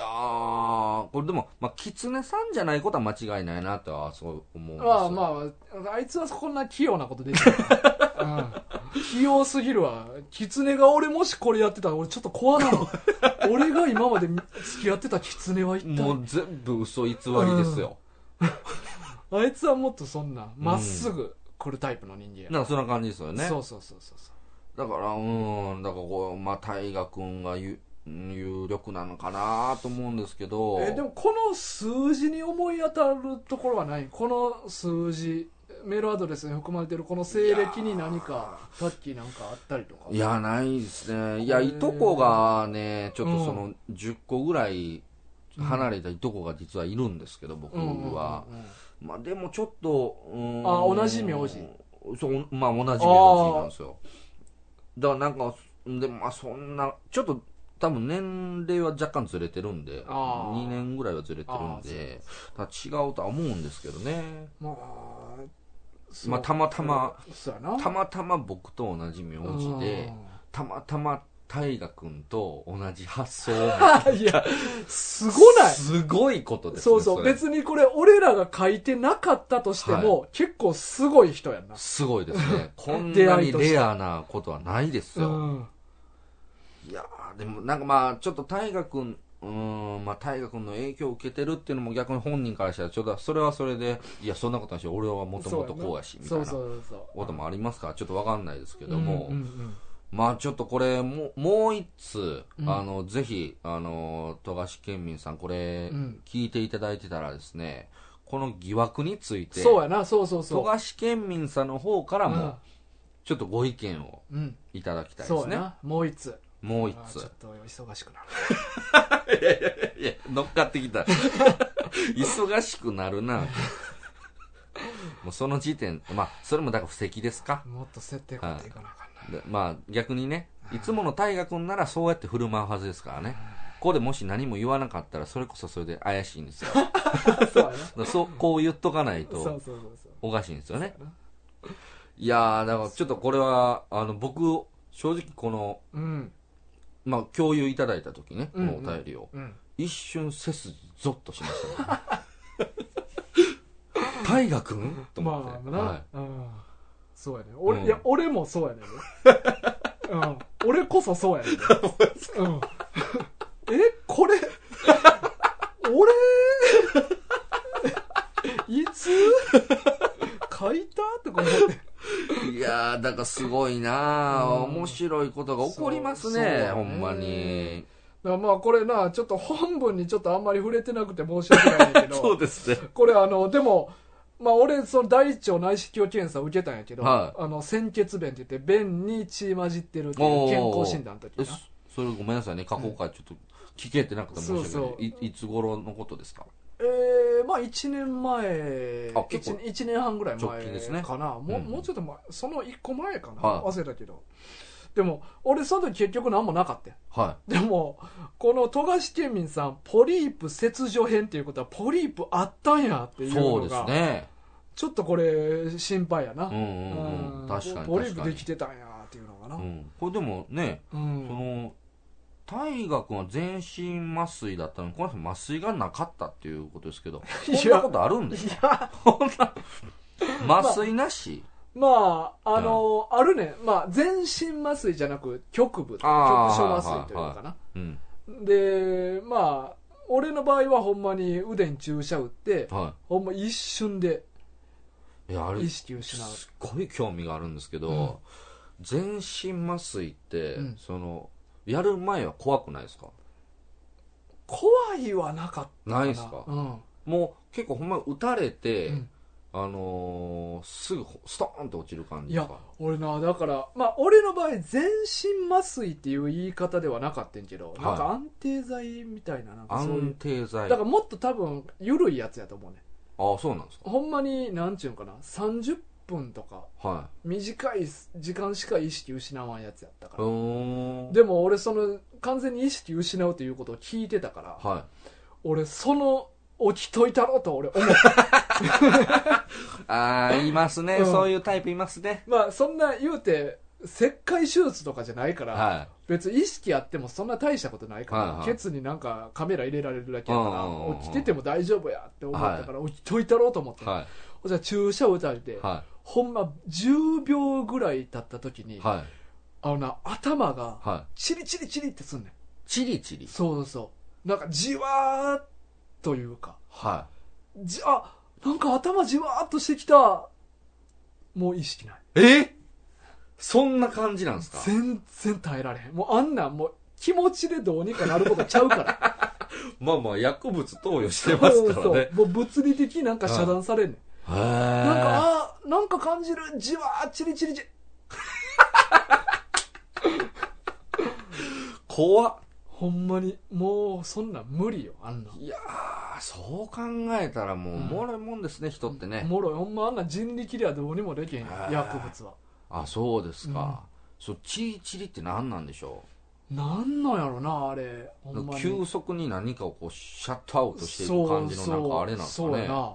B: ーこれでもまあ狐さんじゃないことは間違いないなとはすごい思うんですよ
A: まあまああいつはこんな器用なことできる、 うん、器用すぎるわ狐が俺もしこれやってたら俺ちょっと怖な の俺が今まで付き合ってた狐は一
B: も
A: 体
B: う全部嘘偽りですよ、
A: あいつはもっとそんなまっすぐ来るタイプの人間や、
B: なんかそんな感じですよね
A: そうそうそうそうそう
B: だからうーんだからこうまあ大河君が有有力なのかなと思うんですけど
A: えでもこの数字に思い当たるところはないこの数字メールアドレスに 含まれてるこの西暦に何かさっきなんかあったりとか
B: いやないですねいや
A: えー
B: いとこがねちょっとそうの10個ぐらい離れたいとこが実はいるんですけど、僕
A: うんうんうんうん
B: は、まあでもちょっとうーん
A: あ同じ名字
B: そうまあ同じ名字なんですよだからなんかでもまあそんなちょっと多分年齢は若干ずれてるんで
A: あー
B: 2年ぐらいはずれてるん
A: あーそうで
B: でだから違うとは思うんですけどね
A: まあそう
B: まあたまたま
A: そうやな
B: たまたま僕と同じ名字でたまたま大河君と同じ発想を持って
A: うん いやすごない
B: すごいことですね
A: そうそう
B: れ
A: 別にこれ俺らが書いてなかったとしても、結構すごい人やんな
B: すごいですねこん
A: 出
B: な
A: 会い
B: に
A: として
B: レアなことはないですよ、
A: うん
B: いやーでもなんかまあちょっと大河君うーんまあ大河君の影響を受けてるっていうのも逆に本人からしたらちょっとそれはそれでいやそんなことないし俺はもともとこうやしみたい
A: そう
B: な
A: そ
B: こ
A: うそうそう
B: ともありますからちょっとわかんないですけども、
A: うんうんうん
B: まあちょっとこれもうもう一つ、
A: うん
B: あのぜひあの富樫県民さんこれ
A: うん
B: 聞いていただいてたらですねこの疑惑について
A: そうやなそうそうそう
B: 富樫県民さんの方から
A: う
B: も
A: ん
B: ちょっとご意見を
A: うん
B: いただきたいで
A: そ
B: す
A: う
B: ね
A: やなもう一つ
B: もう一
A: あー
B: つ
A: ちょっと忙しくなる
B: いや乗っかってきた 忙しくなるなもうその時点まあそれもだから布石ですか
A: もっと設定変えていかなあかんな
B: でまあ逆にねいつもの大河君ならそうやって振る舞うはずですからねここでもし何も言わなかったらそれこそそれで怪しいんですよだか
A: そうやなそ
B: らそうこう言っとかないう
A: そう
B: と
A: そうそう
B: おかしいんですよね
A: そうやない
B: やーだからちょっとこれはあの僕正直この
A: うん
B: まあ共有いただいた時ねこ
A: うん
B: のお便りを、
A: うん
B: 一瞬背筋ゾッとしましたね 大河君と思って、
A: まあな、
B: はい
A: うんそうやね俺、
B: うん
A: いや俺もそうや ね、うん、俺こそそうやね、うん、 えこれ 俺 いつ書いたとか思って
B: いやーだからすごいなー、
A: うん
B: 面白いことが起こります
A: そうそうだ
B: ね
A: ね
B: ほんまに
A: だからまあこれなちょっと本文にちょっとあんまり触れてなくて申し訳ないんだけ ど
B: ですね
A: これあのでもまあ俺その大腸内視鏡検査を受けたんやけど、
B: は
A: あの鮮血便って言って便に血混じってるっていう
B: おー
A: 健康診断の時
B: え
A: な
B: そそれごめんなさいね過去回ちょっと聞けてなくて申し訳ない
A: そうそう
B: いいつ頃のことですか
A: えー、まあ1年前
B: あ結構
A: 1, 年半ぐらい前
B: 直近ですね
A: かなも,、う
B: うん
A: もうちょっと前その1個前かな、
B: はい
A: 忘れたけどでも俺その時結局何もなかったよ
B: は
A: でもこの富樫県民さんポリープ切除編っていうことはポリープあったんやって
B: い
A: いう
B: そう
A: の
B: です
A: が、
B: ね
A: ちょっとこれ心配やな、
B: うんうんう
A: うんん
B: 確かに
A: ポリー
B: 確
A: プ
B: か
A: で
B: に
A: き、てたんやっていうのかな、
B: うん、これでもね、
A: うん
B: その大河君は全身麻酔だったのにこの人麻酔がなかったっていうことですけど
A: いや
B: そんなことあるんですかこんな 麻酔なし、
A: まああのあるね、まあ、全身麻酔じゃなく局部局
B: あー
A: 所麻酔というのかな、
B: うん
A: でまあ俺の場合はほんまに腕に注射打って
B: は
A: ほんま一瞬で
B: い、いやあれ
A: 意
B: す
A: 識失う
B: っごい興味があるんですけど、全身麻酔って、
A: うん
B: そのやる前は怖くないですか
A: 怖いはなかった
B: ないですか
A: うん
B: もう結構ほんま打たれて、
A: うん
B: あのーすぐストーンと落ちる感
A: い
B: じです
A: や
B: か
A: 俺なだからまあ俺の場合全身麻酔っていう言い方ではなかったんけど、
B: い
A: なんか安定剤みたいななんかそういう
B: 安定剤
A: だからもっと多分緩いやつやと思うね
B: ああそうなんですか
A: ほんまになんちゅうんかな30分とか
B: は
A: 短い時間しか意識失わんやつやったか
B: いう
A: ら、
B: ーん
A: でも俺その完全に意識失うということを聞いてたから、
B: は
A: 俺その起きといたろと俺思う
B: ああ、いますね、
A: うん
B: そういうタイプいますね。
A: まあそんな言うて切開手術とかじゃないから、
B: は
A: 別に意識あってもそんな大したことないから、
B: はいはい
A: ケツになんかカメラ入れられるだけやから、
B: うんうんうんうん
A: 起きてても大丈夫やって思ったから、起きといたろうと思っ
B: い。
A: て、
B: は
A: じゃあ注射打たれて、
B: い。は
A: ほんま10秒ぐらい経った時に、
B: い。はい。
A: あのな頭が
B: は
A: チリチリチリってすんねん
B: い。チリチリ。
A: そうそうそうなんかじわーっというか
B: は
A: じあなんか頭じわーっとしてきたもう意識ない
B: い。えそんな感じなんですか
A: 全然耐えられへんもうあんなんもう気持ちでどうにかなることちゃう から
B: まあまあ、薬物投与してますからね。
A: そうそうもう物理的になんか遮断されんねん、
B: へえ。
A: なんかあーなんか感じるじわーチリチリチリ
B: 怖っ。
A: ほんまにもうそんなん無理よあんない
B: やー、そう考えたらもう、お
A: うん
B: もろいもんですね、人って
A: お
B: ね。
A: もろいほんまあんなん人力ではどうにもできへんよ
B: あー
A: 薬物は
B: あ、そうですか。そう、チリチリって何なんでしょ
A: なんなんやろなあれほ
B: う、
A: んまに
B: 急速に何かをこう、シャットアウトしていく感じの、なんかあれなんです
A: そ
B: か
A: うそう
B: ね。
A: やな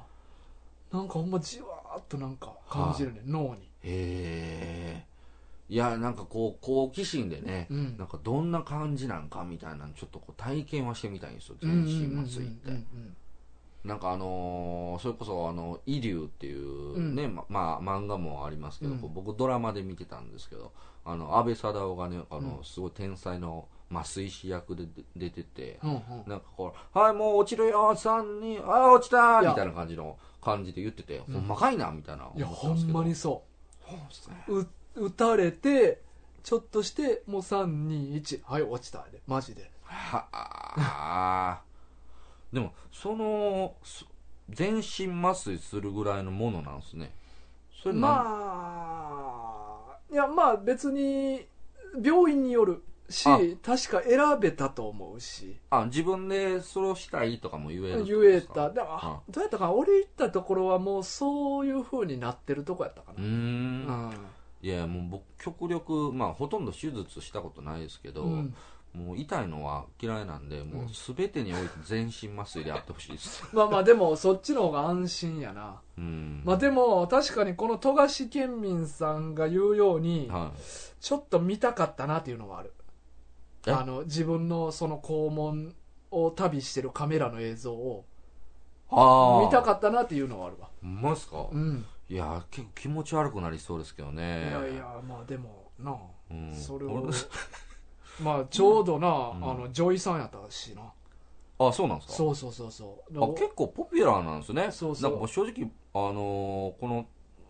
A: なんかほんまじわーっとなんか感じるね、脳に
B: へえ。いや、なんかこう、好奇心でね、
A: うん
B: なんかどんな感じなんかみたいなのちょっとこう体験はしてみたいんですよ、
A: うん
B: 全身麻酔って。
A: うんうん
B: なんかあのーそれこそあの、イリュウっていうね、ままあ漫画もありますけど、
A: うん
B: こう僕ドラマで見てたんですけど、あの、安倍貞夫がね、あの、すごい天才の麻酔師役でで出てて、
A: うんうんうん
B: なんかこう、はい、もう落ちるよ、3、2、あー、落ちた
A: いや
B: みたいな感じの感じで言ってて、ほんまかいなみたいな思
A: いや
B: った
A: ほ
B: です
A: ん
B: けど。
A: まにそう
B: ほんまですね。
A: う打たれてちょっとしてもう321はい落ちたでマジで
B: はあでもそのそ全身麻酔するぐらいのものなんですねそれなん
A: まあいやまあ別に病院によるし
B: あ
A: 確か選べたと思うし
B: あ自分でそれをしたいとかも言えるってこ
A: 言
B: とで
A: え
B: すか
A: ただからどうやったかな俺行ったところはもうそういう風になってるとこやったか
B: うー
A: な、う
B: ん
A: ん
B: いやもう僕極力まあほとんど手術したことないですけど、
A: うん
B: もう痛いのは嫌いなんでもう全てにおいて全身麻酔でやってほしい です、
A: まあまあでもそっちの方が安心やな、
B: うん
A: まあでも確かにこの富樫県民さんが言うように、
B: は
A: ちょっと見たかったなっていうのはある
B: え
A: あの自分のその肛門を旅してるカメラの映像を
B: い、ああ
A: 見たかったなっていうのはあるわ
B: ほんまっすか、
A: うん
B: いや結構気持ち悪くなりそうですけど
A: い
B: ね
A: やいやまあでもなあ
B: うん、
A: それ
B: 俺
A: を まあちょうどな、
B: ん
A: あの女医さんやったしな
B: あそうなんですか
A: そうそうそうそう
B: あ結構ポピュラーなんですね
A: そうそう
B: なんかもう正直あのーこの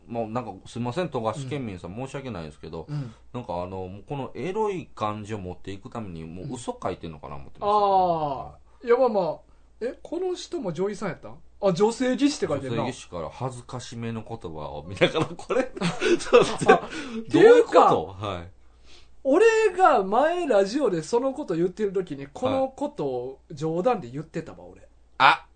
B: まあ、なんかすいません富樫県民さん、申し訳ないですけど
A: うん、
B: なんかあのもうこのエロい感じを持っていくためにもう嘘書いてるのかな思ってま
A: ああいやまあまあえこの人も女医さんやったんあ女性技師って書い
B: した
A: て
B: 女
A: るな
B: 性
A: っ
B: 技師から恥ずかしめの言葉を見ながらこれ そうです ね
A: あ
B: どういう
A: っ
B: こ
A: ていうか
B: とはい
A: 俺が前ラジオでそのこと言ってる時にこのことを冗談で言ってたわ俺
B: あ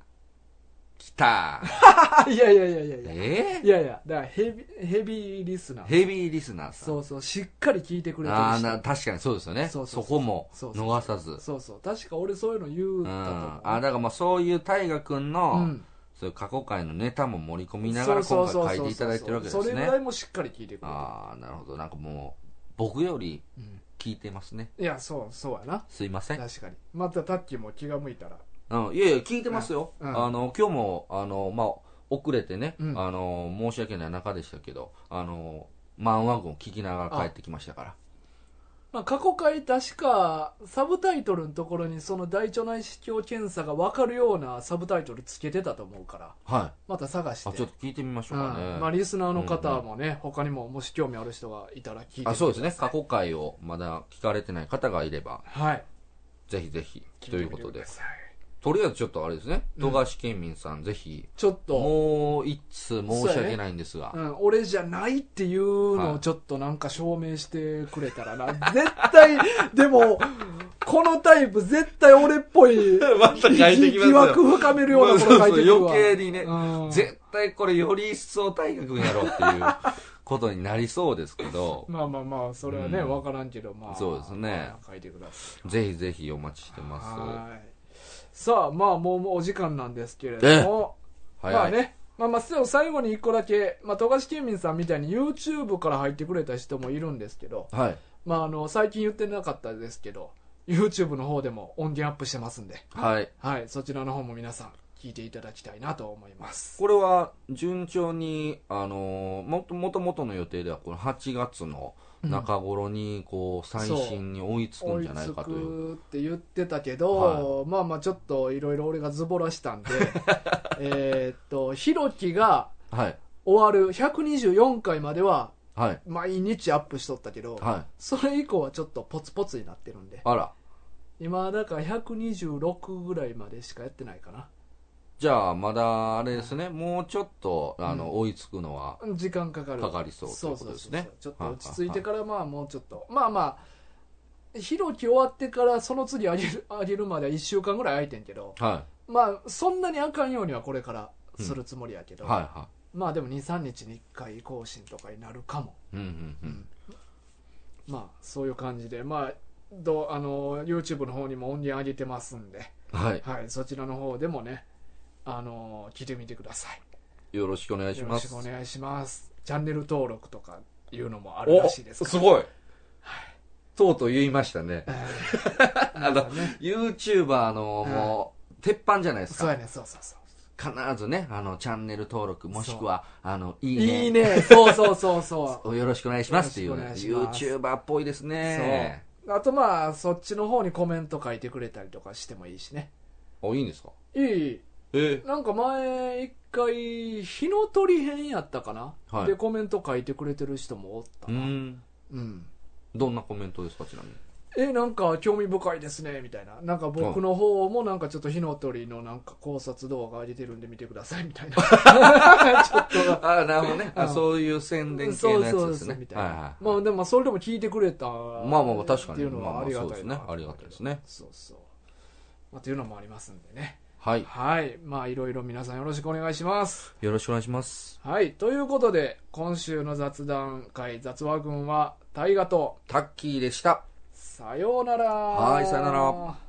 B: 来た
A: あいやいやいやいやいや
B: え
A: いやいやだからヘビヘビーリスナ
B: ー、
A: ー
B: ヘビーリスナーさん
A: そうそうしっかり聞いてくれてる
B: あー
A: し
B: な確かにそうですよね
A: そ
B: そ
A: そ
B: う
A: うそう
B: こも逃さず
A: そうそう確か俺そういうの言う
B: うんあ
A: た
B: だからまあそういう大河君
A: と
B: の、
A: 思ううん
B: そういう過去回のネタも盛り込みながら今回書いていただいてるわけで
A: そうそうそうそれ
B: す
A: ぐら
B: ね
A: いもしっかり聞いてくれて
B: ああなるほどなんかもう僕より
A: るうん
B: 聞いてますね
A: いやそうそうやな
B: すいません
A: 確かにまたタッキーも気が向いたら
B: うんいやいや聞いてますよ、
A: うん
B: あの今日もあのまあ遅れてね、
A: うん
B: あの申し訳ない中でしたけどあの漫画群を聞きながら帰ってきましたから
A: まあ過去回確かサブタイトルのところにその大腸内視鏡検査が分かるようなサブタイトルつけてたと思うから
B: は
A: また探し
B: いあ
A: て
B: ちょっと聞いてみましょ
A: う
B: うんかね、
A: まあ、リスナーの方もね、他にももし興味ある人がいたら聞いてみてくださ
B: あ
A: い
B: そうですね過去回をまだ聞かれてない方がいれば
A: はい
B: ぜひぜひ
A: 聞
B: と
A: て
B: い
A: み
B: う
A: て
B: こと
A: く
B: で
A: ださい
B: とりあえずちょっとあれですね
A: うん
B: 富樫県民さん、ぜひ
A: ちょっと、
B: もう一通申し訳ないんですが、
A: うん、俺じゃないっていうの
B: は
A: を
B: い
A: ちょっとなんか証明してくれたらな、絶対でもこのタイプ絶対俺っぽい
B: ま た書いてきますよ
A: 疑惑深めるようなこと書いてくるわ
B: そうそう余計にね
A: うん
B: 絶対これより一層大学やろうっていうことになりそうですけど
A: まあまあまあそれはね、
B: うん
A: わからんけどまあ
B: そうですね
A: まあ書いてください
B: ぜひぜひお待ちしてます
A: はいさあ、まあ、もうもうお時間なんですけれども、
B: 早い、
A: まあね、まあまあ、でも最後に一個だけ、まあ、富樫県民さんみたいに YouTube から入ってくれた人もいるんですけど、
B: はい
A: まあ、あの、最近言ってなかったですけど、YouTube の方でも音源アップしてますんで、
B: はい
A: はい、そちらの方も皆さん聞いていただきたいなと思います。
B: これは順調にあのもともともとの予定ではこの8月の中頃にこう最新に追いつくん
A: 追い
B: じゃない
A: つ
B: かという
A: くって言ってたけど、まあまあちょっといろいろ俺がズボラしたんで えーっとひろきが
B: はい
A: 終わる124回までは
B: はい
A: 毎日アップしとったけど、
B: はい
A: それ以降はちょっとポツポツになってるんで
B: あら
A: 今だから126ぐらいまでしかやってないかな
B: じゃあまだあれですねもうちょっとあの、追いつくのは
A: 時間かかる
B: かかりそうと
A: そ
B: いううこ
A: そう
B: と
A: そうそう
B: ですね
A: ちょっと落ち着いてからまあもうちょっとまあまあひろき終わってからその次あげるあげるまでは1週間ぐらい空いてんけど
B: は
A: まあそんなにあかんようにはこれからするつもりやけ
B: い
A: ど、
B: はいは
A: まあでも23日に1回更新とかになるかも、
B: いうんうんうん
A: まあそういう感じでまあどうあの YouTube の方にも音源上げてますんで、
B: はい
A: はい、そちらの方でもねあの聞いてみてください
B: よろしくお願いし
A: よろ
B: ま
A: し
B: す
A: くお願いしますチャンネル登録とかいうのもあるらしいです
B: お
A: から
B: すごいとうとう言いましたね
A: えー
B: あ
A: な
B: の
A: んかね
B: YouTuber のもう鉄板じゃないで す
A: そうや
B: か
A: ねそうそうそう
B: 必ずねあのチャンネル登録もしくはあのいいね
A: いいねそうそうそうそう
B: よろしくお願いしますっていう
A: よ
B: ね
A: ろしくお願いします
B: YouTuber っぽいですね
A: そうあとまあそっちの方にコメント書いてくれたりとかしてもいいしね
B: おいいんですか
A: いい
B: え
A: なんか前一回日の鳥編やったかな、
B: はい
A: でコメント書いてくれてる人もおった
B: う
A: な、
B: ん
A: うん
B: どんなコメントですかちなみに
A: えなんか興味深いですねみたいななんか僕の方もなんかちょっと火の鳥のなんか考察動画上げてるんで見てくださいみたいなちょっと
B: ああなるほどねあ
A: うん
B: そういう宣伝系
A: そ
B: の
A: う
B: や
A: そうそ
B: つです
A: う
B: ね
A: みたい
B: は
A: ない
B: はい
A: まあでもそれでも聞いてくれた
B: まあまあ確かに
A: っていうのはありがたい
B: まあまあそうですねありがたいですね
A: そうそう、まあ、というのもありますんでね
B: はい
A: はいまあいろいろ皆さんよろしくお願いします
B: よろしくお願いします
A: はいということで今週の雑談会雑話群は大河と
B: タッキーでした
A: さようなら
B: はいさようなら